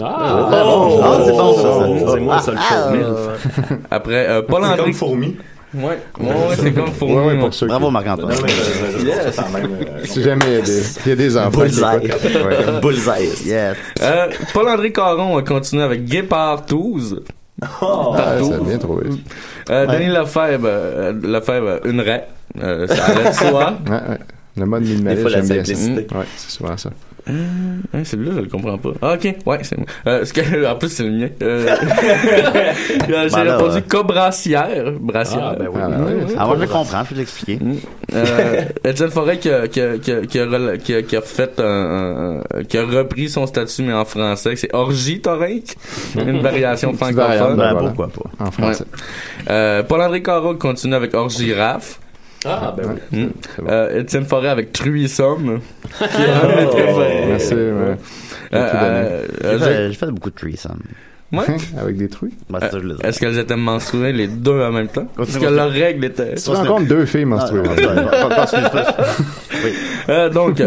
H: Ah,
E: bon. Ah, c'est bon, ça, ça.
H: C'est moi, ça, le
G: Fourmilf. Après, euh, Paul André.
K: comme fourmi.
G: Ouais, ouais, ouais, c'est comme fourmi.
D: Ouais, ouais,
G: ouais.
D: pour ceux
E: Bravo, Marc-Antoine.
I: euh,
D: Si jamais il y a des, il y a des enfants. qui
E: Bullseye.
D: écoutent.
E: Ouais. Bullseye. Yes.
G: Euh, Paul-André Caron a continué avec Guépard 12. Oh.
D: Ah, ça a bien trouvé. ça.
G: Euh, Denis Lefebvre, euh, Lefebvre, une raie. Euh, ça allait de soi.
D: Ouais, ouais. Le mode minimaliste,
G: Des fois, la
D: j'aime bien ça.
G: simplicité.
D: Ouais, c'est souvent ça.
G: Hein, celui-là, je le comprends pas. Ah, ok, ouais, c'est moi. Euh, ce que- en plus, c'est le mien. Euh, J'ai
E: Ben là,
G: répondu
E: ouais.
G: cobrassière. Brassière.
E: Ah, moi, je le comprends, je vais l'expliquer.
G: Euh, Étienne Forêt qui a, qui a, qui a, qui a, rela- qui a- qui a fait un, un- qui a repris son statut mais en français, c'est Orgie Thorinque, une variation
D: Une petite variante,
G: francophone.
D: ben
E: Ben,
D: voilà.
E: pourquoi pas?
D: En français.
G: Ouais. Euh, Paul-André Caro continue avec Orgiraffe.
H: Ah, ben oui.
G: Hmm. Euh, Étienne Forêt avec Truissomme. qui est
F: Ah,
G: un de mes préférés.
D: Merci. ouais.
G: Euh,
D: J'ai tout donné.
G: euh,
E: J'ai Oh.
G: euh,
E: fait- j'ai fait beaucoup de threesome.
G: je- ouais.
D: Avec des trucs. Euh,
E: Ben, c'est ça, je le dis.
G: Est-ce qu'elles étaient menstruées les deux en même temps? Parce que
E: continue.
G: leur règle était...
D: Tu rencontres deux filles menstruées.
G: Euh, donc,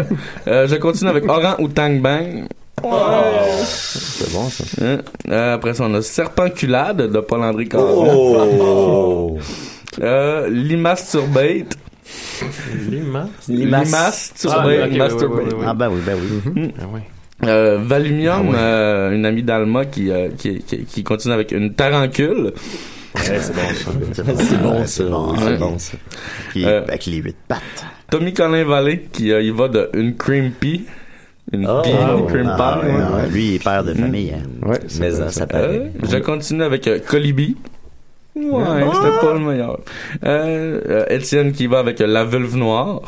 G: euh, je continue avec Orang ou Tang Bang.
D: C'est bon, ça.
G: Hein? Euh, après ça, on a Serpenculade de Paul-André Caron.
F: Oh!
G: Euh, Limasturbate.
H: Limace.
G: Limasturbate.
H: Ah, ok,
G: Masturbate.
H: oui, oui, oui, oui.
E: Ah, ben oui, ben oui. Ah,
H: Ah, oui.
G: Mhm. Euh, Valumium, euh, une amie d'Alma qui, euh, qui, qui, qui continue avec une tarancule.
H: Ouais, c'est bon, ça.
E: Ah,
F: C'est bon, ça. C'est bon, ça.
E: Qui-
G: Euh.
E: Avec les huit pattes.
G: Tommy Colin Valley qui euh, il va de une cream pie. Une pie,
F: ah,
G: une cream
E: Oh, Ah,
G: pie.
E: ouais,
G: ouais. Mhm.
E: non, ouais. Lui, il est père de famille. hein.
D: Ouais,
F: Mais
D: bon,
F: ça, ça
G: Euh,
F: paraît.
G: je continue avec euh, Colibi. Ouais, c'était pas le meilleur. Euh, euh, Étienne qui va avec euh, la vulve noire.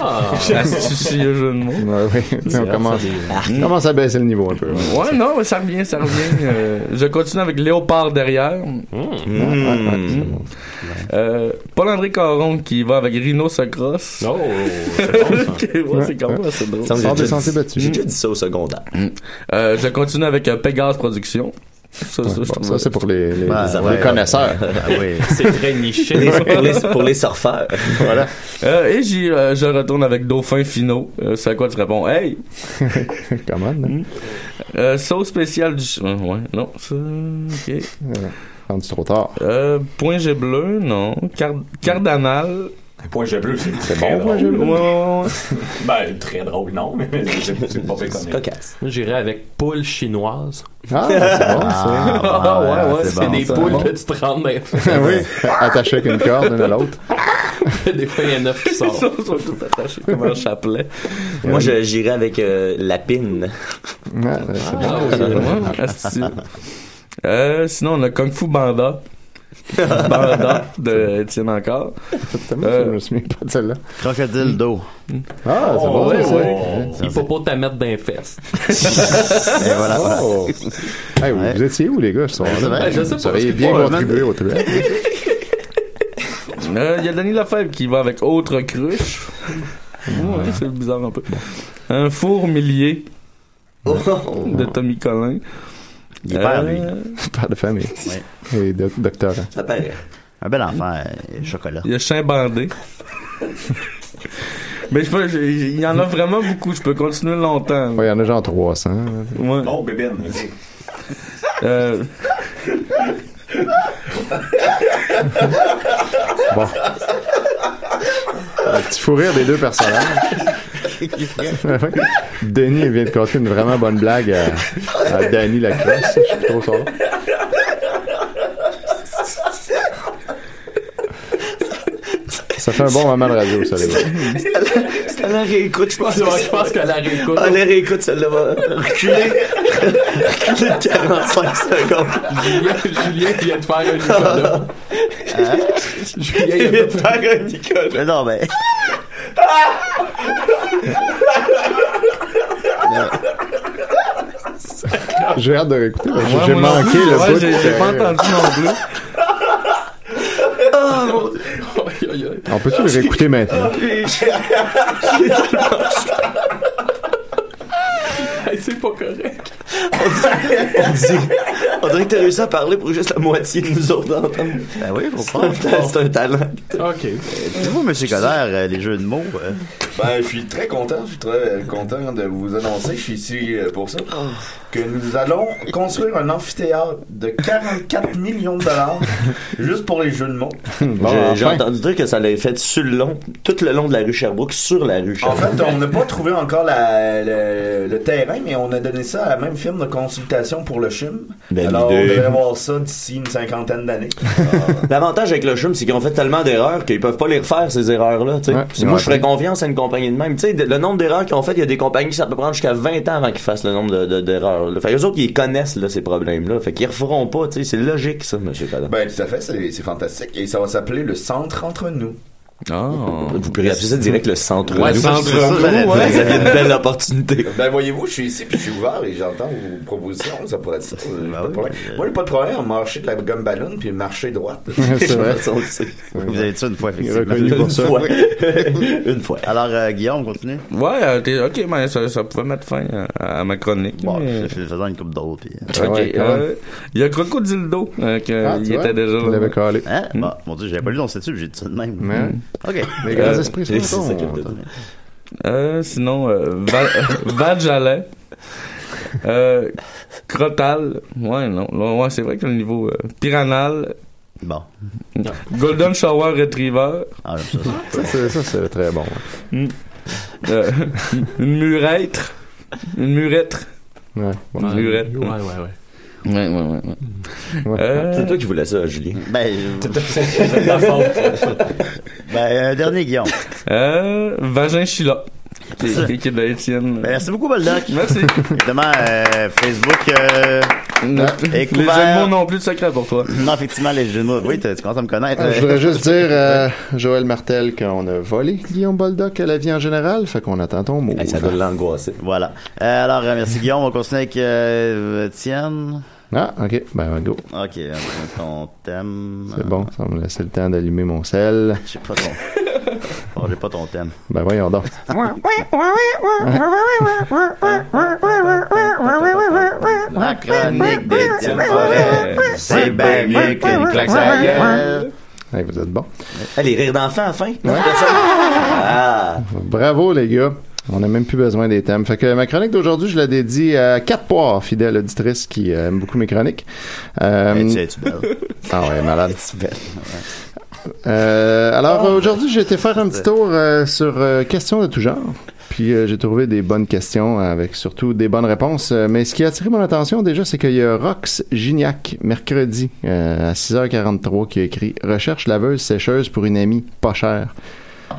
H: Ah,
G: Astucieux jeu de mots.
D: Ouais, ouais. Tu sais, On commence, on commence à baisser le niveau un peu. ouais.
G: Ouais, non, mais ça revient, ça revient. Euh, je continue avec Léopard derrière.
H: Hmm.
G: Hmm. Euh, Paul-André Caron qui va avec Rhino Sacros.
H: Oh, c'est bon, ça.
G: Ok, ouais, c'est quand même assez drôle.
F: Ça me
D: Sors
F: dit-
D: des sentiers battus.
F: J'ai déjà dit ça au secondaire.
G: Euh, je continue avec euh, Pégase Productions. Ça, ça, je
D: Bon,
G: trouve
D: ça, c'est pour les, les,
E: Ben,
D: les
E: ouais.
D: connaisseurs.
E: Ah, oui.
H: C'est très niché.
F: Les- pour, les, pour les surfeurs. Voilà.
G: Euh, et j'y, euh, je retourne avec Dauphin Finot. Euh, c'est à quoi tu réponds? Hey! Hmm.
D: Comment, non?
G: Euh, sauce spéciale du... ch- euh, ouais, non, ça... OK.
D: Rendu trop tard.
G: Euh, point G bleu, non. Card- cardanal.
K: Point G bleu, c'est C'est bon,
D: Moi, j'ai-
G: Ouais, ouais, ouais.
K: Ben, très drôle, non, mais c'est c'est pas fait comme ça.
F: Cocasse.
H: Moi, J'irais avec poule chinoise.
D: Ah, c'est bon, ça. Ah,
E: Ah,
G: ouais, ouais,
E: c'est
H: C'est
E: bon,
H: des
E: ça. euh,
H: poules que tu te rends dans les fesses.
D: oui, attaché avec une corde, une à l'autre.
H: Des fois, il y en a neuf qui sortent.
G: Ils sont tous attachés comme un chapelet.
F: Moi, je- j'irais avec euh, la pine.
D: Ouais,
G: Ah, oui, ouais, asti. Euh, sinon, on a Kung Fu Banda. Banda de Étienne encore. Euh,
D: je me souviens pas de celle-là.
E: Crocodile d'eau.
D: Ah, c'est bon, ça.
H: Oh, Il faut pas t'en mettre dans les fesses.
E: Et voilà. voilà.
D: Oh. Hey, vous, vous étiez où, les gars, ce soir-là?
E: c'est vrai.
D: Vous
E: Je sais pas,
D: auriez
E: c'est
D: bien
E: pas,
D: contribué
E: man.
D: au truc.
G: Euh, Il y a Denis Lafebvre qui va avec autre cruche. Ouais, c'est bizarre un peu. Un four millier Oh. de Tommy Collin. Euh,
E: Il est père, lui.
D: Père Euh, de famille. Et doc- docteur.
F: Ça paraît.
E: Un bel enfant, euh, chocolat.
G: Il y a Chien Bandé. Mais je peux, j'ai- j'ai- il y en a vraiment beaucoup. Je peux continuer longtemps.
D: Ouais, il y en a genre 300.
G: Ouais.
K: Oh, bébine.
G: Euh,
D: Bon. Un petit fou rire des deux personnages. Denis vient de conter une vraiment bonne blague à, à Ah, Danny Lacrosse. Je suis trop sort. Ça fait un bon moment de radio, ça, les gars.
F: C'était la réécoute, je pense.
H: Je pense que la réécoute.
F: Ah, la réécoute, celle-là va reculer. reculer de 45 secondes.
H: Julien, Julien vient de faire un Nicolas. Julien,
F: Hein? Il
H: il
F: vient
H: a
F: de faire un Nicolas.
E: Mais non, mais.
D: J'ai hâte de réécouter. parce que
G: ouais,
D: J'ai
G: moi non
D: manqué
G: plus.
D: le
G: Ouais,
D: bout.
G: j'ai- J'ai pas
D: que-
G: entendu non plus.
F: Oh,
H: Aïe, aïe, aïe.
D: On peut-tu le réécouter maintenant?
H: Hey, C'est pas correct.
F: On dit- On dirait que t'as réussi à parler pour juste la moitié de nous autres d'entendre.
E: Ben oui, faut pas.
F: C'est un- c'est un talent.
H: OK.
E: Vous, monsieur Coderre, euh, les jeux de mots. euh,
I: Ben, je suis très content, je suis très euh, content de vous annoncer, je suis ici euh, pour ça, que nous allons construire un amphithéâtre de 44 millions de dollars juste pour les jeux de mots.
D: Bon,
F: J'ai- J'ai
D: enfin.
F: entendu dire que ça l'avait fait sur le long, tout le long de la rue Sherbrooke, sur la rue
I: En
F: Sherbrooke.
I: fait, on n'a pas trouvé encore la- le, le terrain, mais on a donné ça à la même firme de consultation pour le CHUM.
F: Belle
I: Alors,
F: idée.
I: on devrait avoir ça d'ici une cinquantaine d'années.
F: L'avantage avec le chum, c'est qu'ils ont fait tellement d'erreurs qu'ils peuvent pas les refaire, ces erreurs-là. tu sais.
D: Ouais.
F: Puis Moi,
D: Ouais.
F: je ferais confiance à une compagnie de même. Tu sais, de- le nombre d'erreurs qu'ils ont fait, il y a des compagnies, ça peut prendre jusqu'à 20 ans avant qu'ils fassent le nombre de- de- d'erreurs. là. fait que eux autres, ils connaissent là, ces problèmes-là. Fait qu'ils referont pas. tu sais. C'est logique, ça, monsieur Coderre.
I: Ben, tout à fait, c'est c'est fantastique. Et ça va s'appeler le centre entre nous.
F: Oh, Vous pourriez appeler ça direct le centre.
G: Ouais,
F: Nous,
G: centre
F: c'est ça,
G: roux,
F: j'allais dire.
G: ouais.
F: Vous aviez une belle opportunité.
I: Ben voyez-vous, je suis ici puis je suis ouvert et j'entends vos propositions, ça pourrait être ça. euh,
F: Ah
I: pas de problème. Moi, j'ai pas de problème à marcher de la gomme ballon puis marcher droite.
D: C'est vrai.
F: Ça, on le sait.
E: Vous avez dit ça une fois,
D: Il est reconnu
E: effectivement.
D: pour ça.
F: Ouais. Une fois.
E: Alors, euh, Guillaume, continue.
G: Ouais, euh, t'es- ok, mais ça, ça pouvait mettre fin à, à ma chronique.
E: Bon,
G: mais-
E: je fais une coupe d'autres. Puis... euh,
G: Ok,
D: Ouais, quand
G: euh, il y a Crocodildo, euh, que-
D: Ah, tu
G: il
D: vois,
G: était déjà
D: Il
G: là. Hmm.
D: l'avait calé.
E: Hein? Bon, mon dieu, j'avais pas lu dans statut, j'ai dit ça de même.
D: Mais-
E: Ok.
D: Les grands
G: Euh,
D: esprits
F: et
D: sont
F: c'est ça que je
D: sont-
F: te dis.
G: Euh, sinon, euh, Val- Valjalet, euh, Crotal, ouais, non, là, ouais, c'est vrai que le niveau euh, Piranal,
E: Bon.
G: Golden Shower Retriever, Mm.
E: Ah, j'aime ça.
D: Ça, c'est- ça, c'est très bon.
G: euh, une murêtre, une murette,
D: Ouais. bon.
G: une murette.
H: Ouais, ouais, ouais.
G: Ouais, ouais, ouais. ouais. Euh,
F: C'est toi qui voulais ça, Julien.
E: Ben, je-
H: C'est de la faute.
E: ben, euh, dernier Guillaume.
G: euh, Vagin Chila, qui, qui- qui est de Étienne.
E: Ben, merci beaucoup, Baldock.
G: Merci.
E: Évidemment, euh, Facebook. Euh...
G: Les jeux
E: couvert.
G: de mots n'ont plus de secret pour toi.
E: Non, effectivement, les jeux de mots. Oui, t'as- tu commences à me connaître.
D: Ah, je voudrais juste dire euh, Joël Martel qu'on a volé Guillaume Boldoc à la vie en général, fait qu'on attend ton mot.
F: Hey, ça doit l'angoisser.
E: Voilà. Euh, alors, euh, merci Guillaume. On continue avec euh, Étienne.
D: Ah, ok, ben go.
E: Ok, on- on t'aime.
D: C'est bon, ça va me laisser le temps d'allumer mon sel.
E: J'ai pas ton. Bon, j'ai pas ton thème.
D: Ben voyons donc. Hein?
E: La chronique d'Étienne Forêt. C'est bien mieux qu'une claque sa gueule.
D: Hey, vous êtes bon.
F: Ah, les rires d'enfant, à la fin. Ah.
D: Bravo les gars. On n'a même plus besoin des thèmes. Fait que ma chronique d'aujourd'hui, je la dédie à quatre poires, fidèles auditrices qui euh, aiment beaucoup mes chroniques. Euh,
E: Hey, Eh, tu es-tu belle?
D: ah ouais, malade.
E: Es-tu belle? Oh.
D: Euh, alors aujourd'hui, j'ai été faire un petit tour euh, sur euh, questions de tout genre. Puis euh, j'ai trouvé des bonnes questions avec surtout des bonnes réponses. Euh, Mais ce qui a attiré mon attention déjà, c'est qu'il y a Rox Gignac, mercredi, euh, à 6h43, qui a écrit Recherche laveuse sécheuse pour une amie pas chère.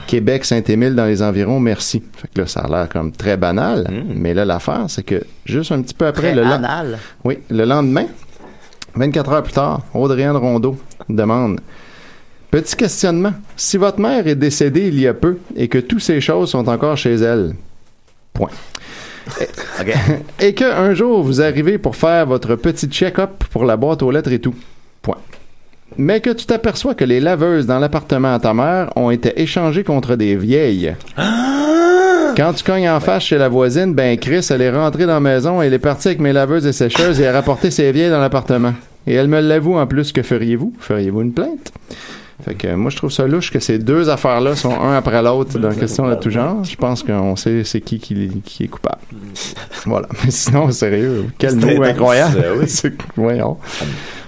D: Québec, Saint-Émile, dans les environs, merci. Fait que là, ça a l'air comme très banal. Mais là, l'affaire, c'est que juste un petit peu après
E: Très
D: le lan-
E: anal.
D: Oui, le lendemain, 24 heures plus tard, Audrey-Anne Rondeau demande Petit questionnement. Si votre mère est décédée il y a peu et que toutes ces choses sont encore chez elle, point. Et, et que un jour vous arrivez pour faire votre petit check-up pour la boîte aux lettres et tout, point. Mais que tu t'aperçois que les laveuses dans l'appartement à ta mère ont été échangées contre des vieilles. Quand tu cognes en face chez la voisine, ben Chris, elle est rentrée dans la maison, elle est partie avec mes laveuses et sécheuses et elle a rapporté ses vieilles dans l'appartement. Et elle me l'avoue en plus, que feriez-vous? Feriez-vous une plainte? Fait que euh, moi, je trouve ça louche que ces deux affaires-là sont un après l'autre dans la question de tout genre. Je pense qu'on sait c'est qui, qui qui est coupable. Voilà. Mais sinon, sérieux, quel
F: C'était
D: mot
F: dense,
D: incroyable.
F: euh, oui.
D: C'est- Voyons.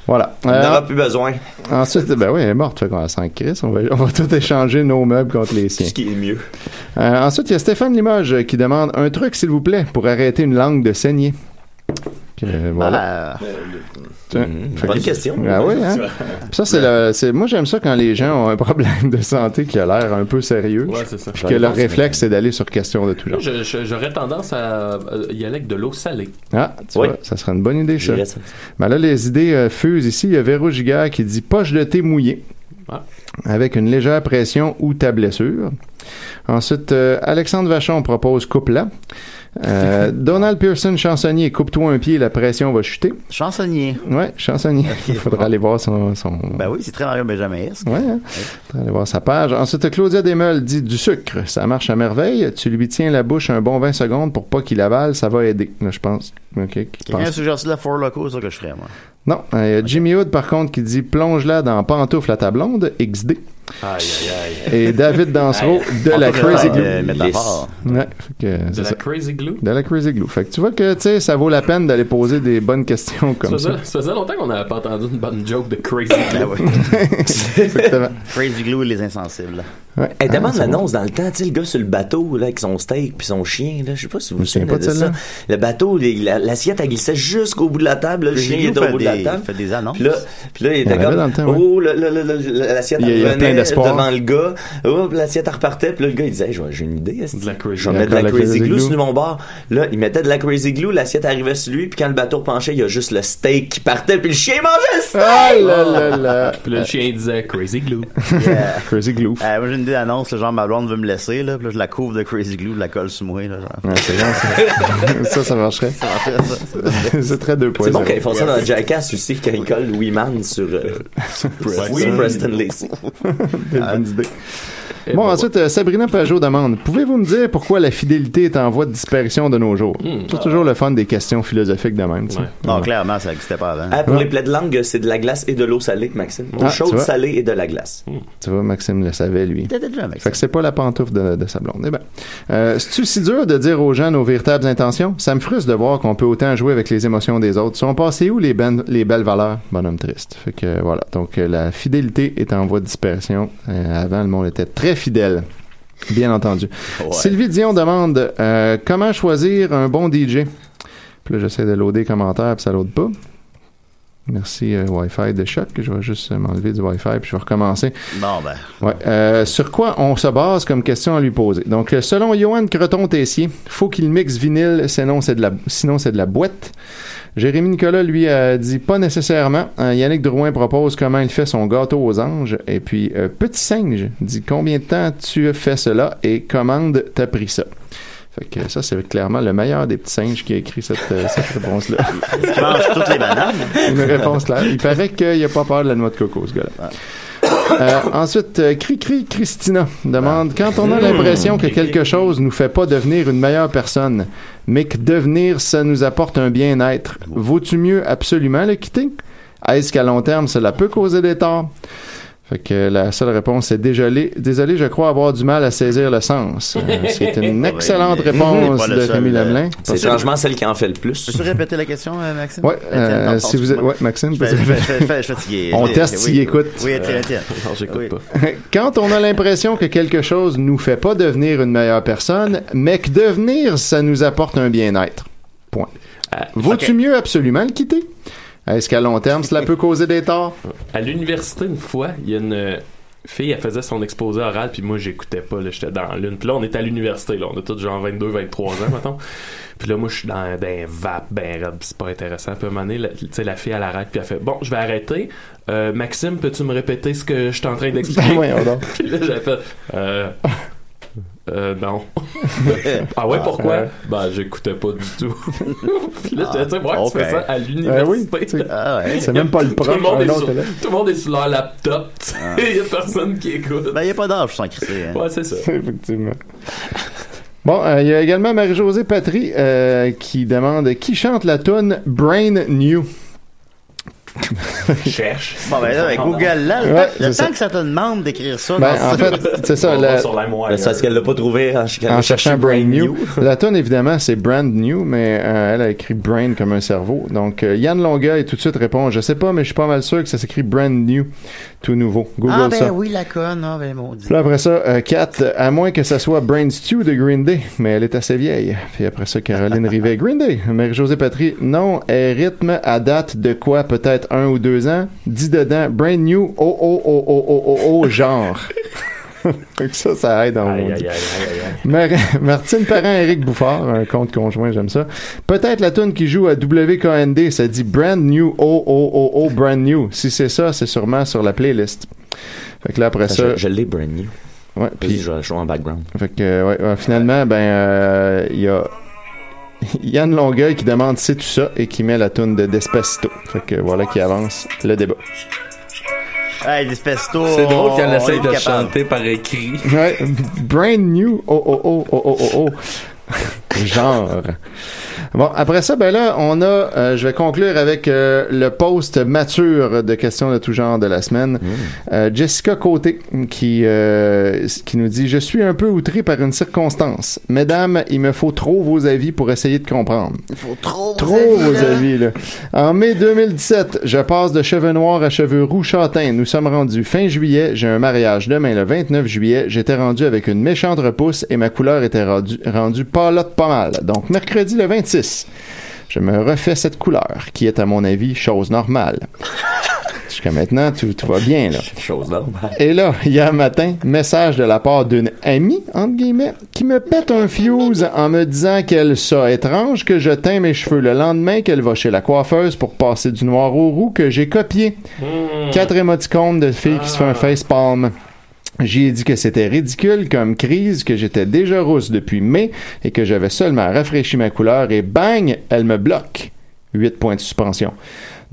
D: Voilà.
F: On
D: Euh,
F: n'en aura plus besoin.
D: Ensuite, ben oui, elle est morte, fait qu'on la sent Chris. On va, on va tout échanger nos meubles contre les siens.
F: Ce qui est mieux.
D: Euh, ensuite, il y a Stéphane Limoges euh, qui demande un truc, s'il vous plaît, pour arrêter une langue de saigner. Que, voilà. Tiens. Fait
F: Hmm. bonne
D: que-
F: question.
D: Ah oui, hein? Puis Ça, c'est le, c'est, moi, j'aime ça quand les gens ont un problème de santé qui a l'air un peu sérieux.
H: Ouais, c'est ça.
D: Puis que leur réflexe, c'est d'aller sur question de tout genre.
H: Je- je- J'aurais tendance à euh, y aller avec de l'eau salée.
D: Ah, tu
H: Oui.
D: vois, ça serait une bonne idée, ça.
H: J'irais ça.
D: Ben là, les idées euh, fusent ici. Il y a Véro Giga qui dit poche de thé mouillé. Avec une légère pression ou ta blessure. Ensuite, euh, Alexandre Vachon propose coupe-la. Euh, Donald Pearson, chansonnier, coupe-toi un pied, la pression va chuter.
E: Chansonnier.
D: Ouais, chansonnier. Il faudra aller voir son. son...
E: Ben oui, c'est très Mario Benjamin-esque.
D: Ouais, hein. Faudra aller voir sa page. Ensuite, Claudia Desmeules dit du sucre, ça marche à merveille. Tu lui tiens la bouche un bon 20 secondes pour pas qu'il avale, ça va aider. Là, je pense. Ok, qui
E: Quelqu'un
D: pense-
E: suggère ça de la Four Loco, c'est ça que je ferais, moi.
D: non, euh, il y a Jimmy Hood par contre qui dit plonge-la dans pantoufle à ta blonde, XD.
E: Aïe, aïe,
D: Et David Dansereau
E: Aïe.
D: de la
E: Encore une
D: Crazy
E: fois, euh,
D: Glue.
E: métaphore.
D: Ouais, fait que, euh,
H: De
D: c'est
H: la
D: ça.
H: Crazy Glue.
D: De la Crazy Glue. Fait que tu vois que tu sais, ça vaut la peine d'aller poser des bonnes questions
H: Ça
D: comme ça.
H: faisait, ça faisait longtemps qu'on n'avait pas entendu une bonne joke de Crazy Glue.
D: Exactement.
E: Ah Crazy Glue et les insensibles.
D: Ouais.
F: Elle
E: Ah,
F: demande
E: c'est
F: l'annonce dans le temps, tu sais, le gars sur le bateau, là, avec son steak puis son chien, là, je sais pas si vous vous
D: souviens
F: souvenez
D: pas de
F: de ça.
D: celle-là.
F: Le bateau, les- la- l'assiette, elle glissait jusqu'au bout de la table, là, le
E: Crazy
F: chien,
E: Glue
F: il était au
E: fait
F: bout de la
E: des-
F: table.
E: fait des annonces.
F: Puis là, puis là, il
D: Il y en
F: était
D: avait
F: comme,
D: dans le temps, ouais.
F: oh, le- le- le- le- l'assiette,
D: Il y a- il y a
F: elle
D: plein
F: revenait
D: d'espoir.
F: devant le gars, oh, puis l'assiette, elle repartait, puis là, le gars, il disait, Hey, j'ai j'ai une idée, est-ce que- je vais mettre de la Crazy Glue sur mon bar. Là, il mettait de la Crazy Glue, l'assiette arrivait sur lui, puis quand le bateau penchait, il y a juste le steak qui partait, puis le chien mangeait le steak!
D: Ah là
F: Oh.
D: là là.
H: Puis là, le chien disait Crazy Glue.
D: Crazy Glue.
E: Euh, moi, j'ai une idée d'annonce, là, genre ma blonde veut me laisser, là, puis là, je la couvre de Crazy Glue, je la colle sur moi, là, genre.
D: Ouais, c'est bon, ça. ça, ça marcherait. c'est très deux points.
F: C'est bon qu'ils font ça dans Jackass aussi, quand ils collent Louis Mann sur, euh, sur Preston,
D: Oui.
F: sur Preston Lacey.
D: Des bonnes idées. Bon, ensuite, euh, Sabrina Pajot demande Pouvez-vous me dire pourquoi la fidélité est en voie de disparition de nos jours C'est toujours le fun des questions philosophiques de même. tu sais.
E: Non, clairement, ça n'existait pas avant.
F: Ah, pour les plaies de langue, c'est de la glace et de l'eau salée, Maxime. Eau
D: Ah, tu
F: chaude,
D: vois.
F: salée et de la glace.
D: Tu vois, Maxime le savait, lui.
E: Peut-être jamais.
D: Fait que c'est pas la pantoufle de, de sa blonde. Eh ben, euh, c'est-tu si dur de dire aux gens nos véritables intentions? Ça me frustre de voir qu'on peut autant jouer avec les émotions des autres. Sont passées où les, ben- les belles valeurs? Bonhomme triste. Fait que euh, voilà. Donc, euh, la fidélité est en voie de disparition. Euh, avant, le monde était très fidèle. Bien entendu. Sylvie Dion demande euh, comment choisir un bon DJ? Puis là, j'essaie de loader les commentaires, puis ça load pas. Merci euh, Wi-Fi de choc. Je vais juste euh, m'enlever du Wi-Fi, puis je vais recommencer.
E: Bon, ben.
D: Ouais. Euh, sur quoi on se base comme question à lui poser? Donc, euh, selon Johan Creton-Tessier, faut qu'il mixe vinyle, sinon c'est de la, sinon c'est de la boîte. Jérémy Nicolas, lui, a dit pas nécessairement. Euh, Yannick Drouin propose comment il fait son gâteau aux anges. Et puis, euh, Petit Singe dit combien de temps tu fais cela et commande t'as pris ça? Fait que ça, c'est clairement le meilleur des petits singes qui a écrit cette, euh, cette réponse-là.
E: Tu manges toutes les bananes.
D: Une réponse claire. Il paraît qu'il a pas peur de la noix de coco, ce gars-là. Euh, ensuite, euh, Cri-Cri Christina demande Quand on a l'impression que quelque chose nous fait pas devenir une meilleure personne, mais que devenir, ça nous apporte un bien-être, vaut-tu mieux absolument le quitter Est-ce qu'à long terme, cela peut causer des torts Fait que la seule réponse est désolé, désolé, je crois avoir du mal à saisir le sens. Euh, C'est une excellente réponse de Rémi
E: euh,
D: Lamelin.
F: euh, C'est étrangement celle qui en fait le plus.
E: Peux-tu répéter la question, euh, Maxime?
D: Ouais, euh,
E: Attends,
D: si vous êtes-
E: excuse-moi.
D: ouais, Maxime,
E: Je fais-
D: vas-y.
E: je fais- je fais- je fais fatigué.
D: On
E: Oui,
D: teste
E: oui,
D: s'il
E: oui.
D: écoute. Euh,
E: Oui, tiens, tiens. Non, j'écoute pas.
D: Quand on a l'impression que quelque chose nous fait pas devenir une meilleure personne, mais que devenir, ça nous apporte un bien-être. Point.
E: Euh,
D: Vaut-tu
H: ok.
D: mieux absolument le quitter? Est-ce qu'à long terme, cela peut causer des torts?
H: À l'université, une fois, il y a une euh, fille, elle faisait son exposé oral, puis moi, j'écoutais pas, là, j'étais dans l'une. Puis là, on est à l'université, là, on a tous genre 22, 23 ans, mettons. Puis là, moi, je suis dans, dans un vape, ben raide, c'est pas intéressant. Puis à un moment donné, la, tu sais, la fille, elle arrête, puis elle fait Bon, je vais arrêter. Euh, Maxime, peux-tu me répéter ce que je suis en train d'expliquer
D: Ben voyons donc.
H: Puis là, j'ai fait euh, euh, non. ah ouais, pourquoi
D: Ah.
H: Ben, j'écoutais pas du tout. puis là, j'étais, tu sais, moi,
D: Ah,
H: tu fais
D: ok.
H: ça à l'université.
E: Euh,
D: C'est même pas le
H: Ah Tout le,
D: prof,
H: monde
D: un
H: est
D: autre
H: sur,
D: là. Ah.
H: tout le monde est sur leur laptop, tu sais, il y a personne qui écoute.
E: Ben, il n'y a pas d'âge sans crisser.
D: hein.
H: Ouais, c'est ça.
D: Effectivement. Bon, euh, il y a également Marie-Josée Patry euh, qui demande qui chante la tune Brain New.
H: Cherche.
E: Bon, ben là, avec Google, là, le,
D: Ouais,
E: temps- le
D: c'est ça.
E: temps que ça te demande d'écrire ça.
D: Ben,
E: dans
D: en
E: ce-
D: fait, c'est ça, On va le- sur
F: Mais C'est parce qu'elle l'a pas trouvé en, ch-
D: en
F: en
D: cherchant
F: cherchant
D: Brain New. La tonne, évidemment, c'est Brand New, mais euh, elle a écrit Brain comme un cerveau. Donc, euh, Yann Longueuil tout de suite répond Je sais pas, mais je suis pas mal sûr que ça s'écrit Brand New, tout nouveau. Google
E: ah, ben
D: ça.
E: oui, la conne. Ah, ben maudit.
D: Puis là, après ça, euh, Kat, euh, à moins que ça soit Brain Stew de Green Day, mais elle est assez vieille. Puis après ça, Caroline Rivet, Green Day. Marie-Josée Patry, non, elle rythme à date de quoi, peut-être un ou deux ans. Dis dedans, Brain New, oh, oh, oh, oh, oh, oh, oh, genre. Fait que ça, ça aide en
H: Aïe,
D: maudit.
H: aïe, aïe, aïe, aïe.
D: Mar- Martine Parent, Eric Bouffard, un compte conjoint, j'aime ça. Peut-être la tune qui joue à WKND, ça dit Brand New, oh, oh, oh, oh, Brand New. Si c'est ça, c'est sûrement sur la playlist. Fait que là, après ça.
F: Je, je l'ai Brain New.
D: Ouais,
F: Puis je vais jouer en background.
D: Fait que, euh, ouais, ouais, finalement, ben, euh, il y a Yann Longueuil qui demande c'est tu ça et qui met la toune de Despacito. Fait que voilà qui avance le débat.
E: Hey, Despacito.
G: C'est drôle
E: on-
G: qu'elle
E: on
G: essaye
E: est
G: de
E: capable.
G: chanter par écrit.
D: Ouais, brand new, oh oh oh oh oh oh oh. Genre. Bon, après ça, ben là, on a, euh, je vais conclure avec euh, le post mature de questions de tout genre de la semaine. Euh, Jessica Côté qui euh, qui nous dit, je suis un peu outré par une circonstance. Mesdames, il me faut trop vos avis pour essayer de comprendre.
E: Trop,
D: Trop vos avis, là. En mai 2017, je passe de cheveux noirs à cheveux roux châtains. Nous sommes rendus fin juillet. J'ai un mariage demain, le 29 juillet. J'étais rendu avec une méchante repousse et ma couleur était rendue, rendue pâlotte pas mal. Donc, mercredi le 26, je me refais cette couleur, qui est, à mon avis, chose normale. Jusqu'à maintenant, tout, tout va bien, là.
F: Chose normale.
D: Et là, hier matin, message de la part d'une amie, entre guillemets, qui me pète un fuse en me disant qu'elle ça étrange que je teins mes cheveux le lendemain, qu'elle va chez la coiffeuse pour passer du noir au roux que j'ai copié.
F: Hmm.
D: Quatre émoticônes de filles qui se fait un facepalm. J'ai dit que c'était ridicule comme crise, que j'étais déjà rousse depuis mai et que j'avais seulement rafraîchi ma couleur et bang, elle me bloque. 8 points de suspension.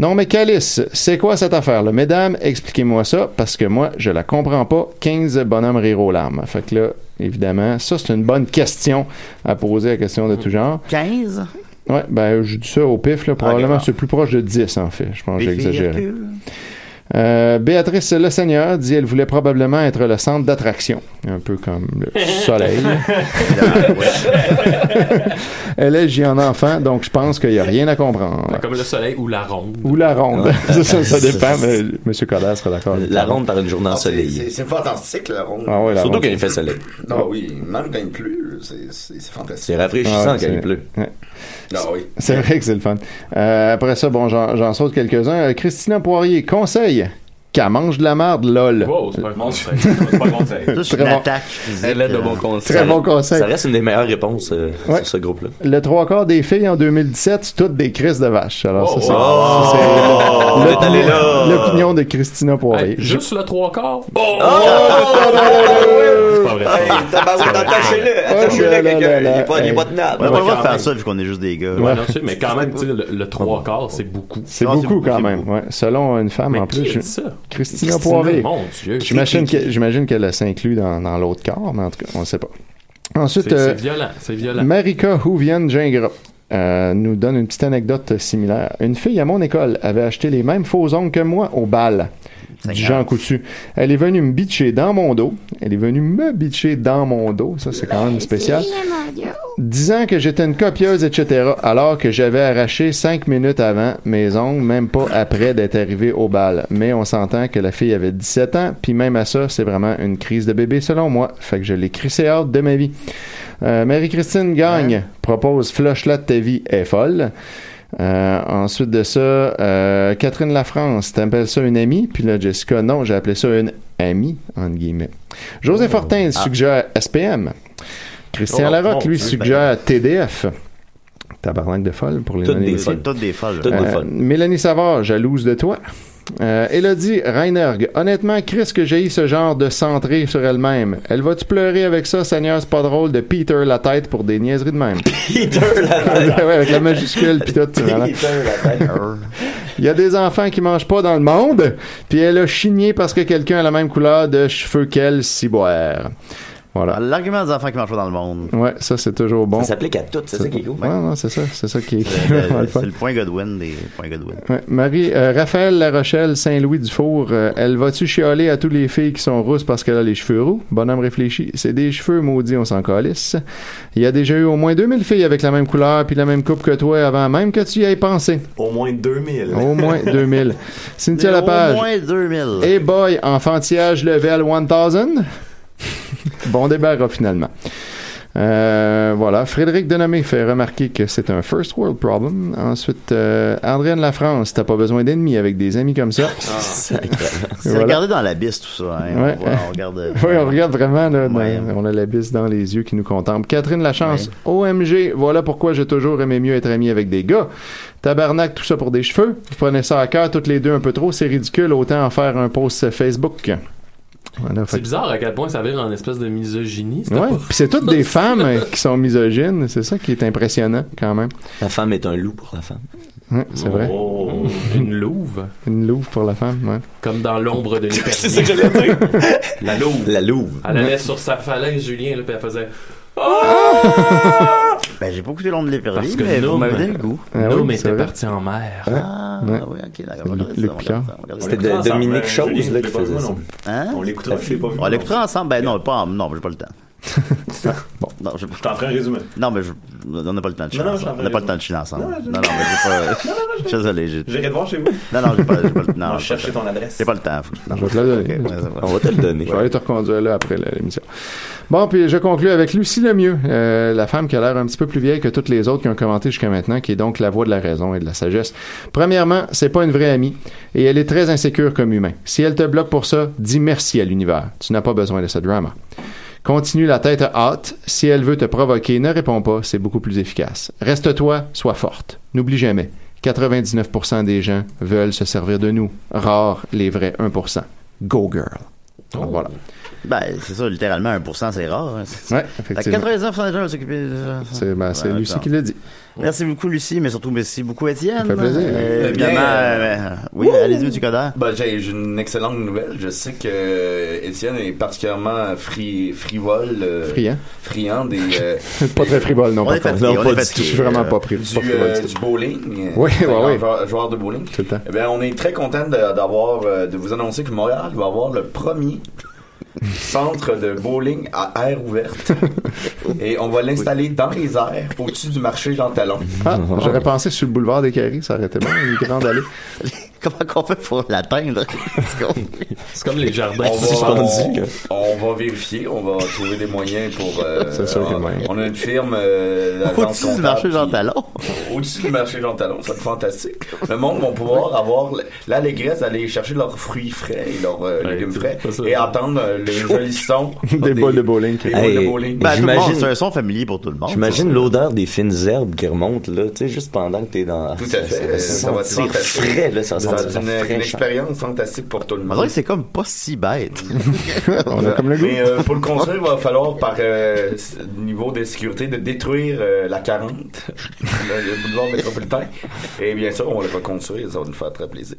D: Non, mais Calice, c'est quoi cette affaire-là? Mesdames, expliquez-moi ça, parce que moi, je la comprends pas. 15 bonhommes rire aux larmes. Fait que là, évidemment, ça, c'est une bonne question à poser, la question de tout genre.
E: 15.
D: Ouais, ben, je dis ça au pif, là. Probablement, c'est plus proche de 10, en fait. Je pense que j'ai exagéré. Euh, Béatrice Le Seigneur dit elle voulait probablement être le centre d'attraction, un peu comme le soleil.
H: Ah,
D: elle est en enfant, donc je pense qu'il n'y a rien à comprendre.
H: Ben, Comme le soleil ou la ronde.
D: Ou la ronde. ça, ça, ça dépend, mais M. Coder sera d'accord. avec
F: La
D: moi.
F: ronde par une journée
I: Ah, C'est
F: ensoleillée.
I: c'est fantastique, la ronde.
D: Ah ouais, la
F: Surtout
D: ronde.
F: quand il fait soleil.
I: Non, oui, même quand il pleut, c'est- c'est c'est
F: C'est
I: fantastique.
D: Ah
F: rafraîchissant
D: ouais,
F: quand
D: c'est-
F: il pleut.
D: Ouais.
I: Non, Ah, oui.
D: C'est vrai que c'est le fun. Euh, après ça, bon, j'en j'en saute quelques-uns. Euh, Christina Poirier, conseil qu'elle mange de la merde, lol.
H: Wow, c'est pas un conseil.
K: C'est pas bon, c'est-
E: Juste une
D: Très bon.
E: attaque physique.
G: Elle est de
E: euh,
G: bon conseil.
D: Très bon conseil.
F: Ça reste une des meilleures réponses euh,
D: Ouais.
F: sur ce groupe-là.
D: Le trois quarts des filles en 2017, c'est toutes des crises de vache. Alors ça, c'est-
F: Oh!
D: ça,
F: On
D: c'est
F: est allé là!
D: l'opinion- l'opinion de Christina Poirier.
H: Hey, juste le trois quarts. Bon,
F: Oh!
H: c'est pas vrai.
F: Hey,
H: ça.
F: tabarouette, attachez-le! Attachez-le,
D: là, là,
F: quelqu'un! Il
D: là,
F: est pas- il est
D: hey.
F: pas tenable!
E: On n'a pas le droit
H: quand
E: de faire
H: même.
E: ça vu qu'on est juste des gars.
H: Ouais, non, je sais, mais quand même, tu sais, le, le trois quarts, c'est beaucoup.
D: Ah. C'est
E: Non, c'est
D: beaucoup
E: beaucoup,
D: quand
E: c'est
D: même.
E: beaucoup.
D: ouais. Selon une femme
H: Mais
D: en plus.
H: qui a
D: je-
H: dit ça?
D: Christina Poirier.
H: Mon Dieu.
D: J'imagine que- J'imagine qu'elle s'inclut dans, dans l'autre corps, mais en tout cas, on ne sait pas. Ensuite,
H: C'est c'est
D: euh,
H: violent, c'est violent.
D: Marika Houvian Gingras euh, nous donne une petite anecdote similaire. Une fille à mon école avait acheté les mêmes faux ongles que moi au bal. du Jean Coutu. Elle est venue me bitcher dans mon dos. Elle est venue me bitcher dans mon dos. Ça, c'est quand même spécial. Disant que j'étais une copieuse, etc. Alors que j'avais arraché cinq minutes avant mes ongles, même pas après d'être arrivé au bal. Mais on s'entend que la fille avait 17 ans, puis même à ça, c'est vraiment une crise de bébé selon moi. Fait que je l'ai crissé hors de ma vie. Euh, Marie-Christine Gagne propose Flush là de ta vie est folle. Euh, ensuite de ça, euh, Catherine Lafrance, t'appelles ça une amie? Puis là, Jessica, non, j'ai appelé ça une amie, entre guillemets. José Fortin suggère SPM. Christian
E: Oh,
D: Larocque,
E: oh,
D: lui,
E: c'est
D: suggère TDF. Tabarnak de folle pour les
E: Toutes des
D: non-initiés.
E: folles, toutes des folles.
D: Euh, Mélanie Savard, jalouse de toi. Euh, Elodie Reinerg, honnêtement, Chris, que j'ai eu ce genre de centrée sur elle-même. Elle va-tu pleurer avec ça, Seigneur, c'est pas drôle, de Peter la tête pour des niaiseries de même? Peter la tête! ouais, avec la majuscule, pis tout, tu vois, là. Il y a des enfants qui mangent pas dans le monde, puis elle a chigné parce que quelqu'un a la même couleur de cheveux qu'elle, ciboire. Voilà.
E: Ah, L'argument des enfants qui marchent pas dans le monde.
D: Ouais, ça c'est toujours bon.
E: Ça s'applique à tout, c'est ça qui est cool.
D: Ouais, non, c'est ça, c'est ça qui est
E: Euh,
D: vraiment le fun.
E: C'est le point Godwin des points Godwin.
D: Ouais, Marie, euh, Raphaël La Rochelle, Saint-Louis-du-Four, euh, elle va-tu chialer à toutes les filles qui sont rousses parce qu'elle a les cheveux roux? Bonhomme réfléchi, c'est des cheveux maudits, on s'en calisse. Il y a déjà eu au moins 2000 filles avec la même couleur puis la même coupe que toi avant même que tu y aies pensé.
K: Au moins 2000.
D: Au moins 2000. Cynthia
E: Mais au
D: Lapage.
E: moins 2000.
D: Hey Eh boy, enfantillage level 1000. bon débarras finalement. Euh, voilà, Frédéric Denomé fait remarquer que c'est un first world problem. Ensuite, euh, Andréane Lafrance, t'as pas besoin d'ennemis avec des amis comme Ah. ça.
E: C'est
D: Voilà.
E: regardé dans l'abysse tout ça. hein. On
D: Ouais.
E: voit- On, regarde. euh,
D: Oui, on regarde vraiment, là, dans- on a la bise dans les yeux qui nous contemple. Catherine Lachance, OMG, voilà pourquoi j'ai toujours aimé mieux être ami avec des gars. Tabarnak, tout ça pour des cheveux. Vous prenez ça à cœur, toutes les deux un peu trop, c'est ridicule, autant en faire un post sur Facebook. Voilà, fait
H: C'est
D: que-
H: bizarre à quel point ça vire en espèce de misogynie. c'était
D: Ouais,
H: pas-
D: puis c'est toutes des femmes euh, qui sont misogynes, c'est ça qui est impressionnant quand même.
F: La femme est un loup pour la femme.
D: Ouais, c'est vrai.
H: Oh, une louve.
D: Une louve pour la femme, ouais.
H: Comme dans l'ombre de l'épervier.
F: C'est ça que j'allais dire.
H: La louve.
F: La louve.
H: Elle allait sur sa falaise, Julien, là, puis elle faisait.
E: Ben, j'ai pas écouté l'ombre de
H: Parce
E: l'épervier,
H: que
E: mais vous
H: Noom-
E: m'avez donné le goût.
D: Ah oui,
H: Noom
D: c'est
H: était
D: vrai. Hein?
H: parti en mer.
E: Ah,
D: Ouais.
E: oui, ok, d'accord.
D: Luc-
E: on regarde ça,
D: Luc
E: on regarde
D: Picard.
E: ça, on regarde ça.
F: C'était de- Dominique Chose là, qui faisait ça.
E: Hein?
K: On l'écoutera. Je l'ai pas vu.
E: On l'écoutera ensemble? Ben non, pas, non, j'ai pas le temps.
D: Bon.
E: Non, j'ai-
K: Je t'en ferai un résumé.
E: non, mais je- on n'a pas le temps de chiner
K: Non, non,
E: ensemble.
K: j'en
E: On n'a pas
K: fais
E: le temps de chiner ensemble.
K: Non,
E: Non,
K: non, je-
E: non, mais j'ai pas. Je suis désolé. j'ai-
K: J'irai te voir chez vous.
E: Non, non, j'ai pas, j'ai pas le non,
K: On va
E: j'ai pas le
K: chercher
E: temps.
K: ton adresse.
E: J'ai pas le temps. faut- non.
D: Je vais te la donner.
E: Ok, ouais, ça va.
F: On va te le donner.
D: Je vais aller te reconduire là après la- l'émission. Bon, puis je conclue avec Lucie Lemieux, euh, la femme qui a l'air un petit peu plus vieille que toutes les autres qui ont commenté jusqu'à maintenant, qui est donc la voix de la raison et de la sagesse. Premièrement, c'est pas une vraie amie et elle est très insécure comme humain. Si elle te bloque pour ça, dis merci à l'univers. Tu n'as pas besoin de ce drama. Continue la tête haute. Si elle veut te provoquer, ne réponds pas, c'est beaucoup plus efficace. Reste-toi, sois forte. N'oublie jamais, 99% des gens veulent se servir de nous. Rares les vrais 1%. Go girl.
E: Oh.
D: Alors, Voilà.
E: Ben, c'est ça, littéralement, 1%, c'est rare. hein.
D: Ouais,
E: Fait que
D: effectivement.
E: 99 on est déjà s'occuper de ça.
D: C'est ben, c'est
E: Ouais,
D: Lucie
E: attends.
D: qui l'a dit.
E: Merci beaucoup, Lucie, mais surtout, merci beaucoup, Étienne.
D: Ça fait plaisir.
E: Euh,
I: Eh bien,
E: évidemment,
I: euh,
E: euh, oui, allez-y, monsieur Coder.
I: Ben, j'ai j'ai une excellente nouvelle. Je sais que euh, Étienne est particulièrement fri- frivole. euh,
D: Friand.
I: friand des, euh,
D: Pas très frivole, non,
E: On
D: par
E: est
D: contre.
E: fatigué, on est
D: Je
E: fatigué.
D: suis vraiment pas
I: du,
D: pris. pas frivole
I: euh,
D: du
I: du
D: tout.
I: bowling.
D: Oui,
I: C'est
D: oui,
I: un
D: oui.
I: Joueur, joueur de bowling.
D: Tout le temps.
I: Eh
H: ben,
I: bien, on est très content de, d'avoir, euh, de vous annoncer que Montréal va avoir le premier centre de bowling à air ouverte. Et on va l'installer dans les airs, au-dessus du marché Jean Talon.
D: Ah, j'aurais pensé sur le boulevard des Carrés, ça aurait été bon, une grande allée.
E: Comment qu'on fait pour l'atteindre? Parce qu'on-
H: C'est comme les
E: Ben,
H: jardins.
I: On va,
K: suspendu, là.
I: on, on va vérifier, on va trouver des moyens pour. euh,
D: C'est sûr qu'il y a
I: on-
D: moyen.
I: On a une firme. euh, d'agence
E: Au-dessus du
I: comptable
E: marché
I: qui-
E: Jean Talon.
I: Au-dessus du marché Jean Talon, c'est fantastique. Le monde va pouvoir avoir l- l'allégresse d'aller chercher leurs fruits frais et leurs euh,
H: Ouais,
I: légumes
H: c'est
I: frais
H: pas ça.
I: et entendre euh, les jolis sons
D: Des balles de bowling.
I: Des
F: Hey,
I: boules de bowling.
E: Ben, tout le monde,
F: J'imagine-
E: c'est un son familier pour tout le monde.
F: J'imagine l'odeur des fines herbes qui remontent, là, tu sais, juste pendant que t'es dans.
I: Tout à fait. Ça va être
F: sentir
I: fantastique.
F: frais, là, ça va
I: C'est
F: sentir
I: une, une
F: frais.
I: expérience fantastique pour tout le
E: On dirait
I: monde.
E: que c'est comme pas si bête.
D: On a comme le goût.
I: Mais euh, pour le construire, il va falloir, par euh, s- niveau de sécurité, de détruire euh, la 40, le, le boulevard métropolitain. Et bien sûr, on le reconstruire, ça va nous faire très plaisir.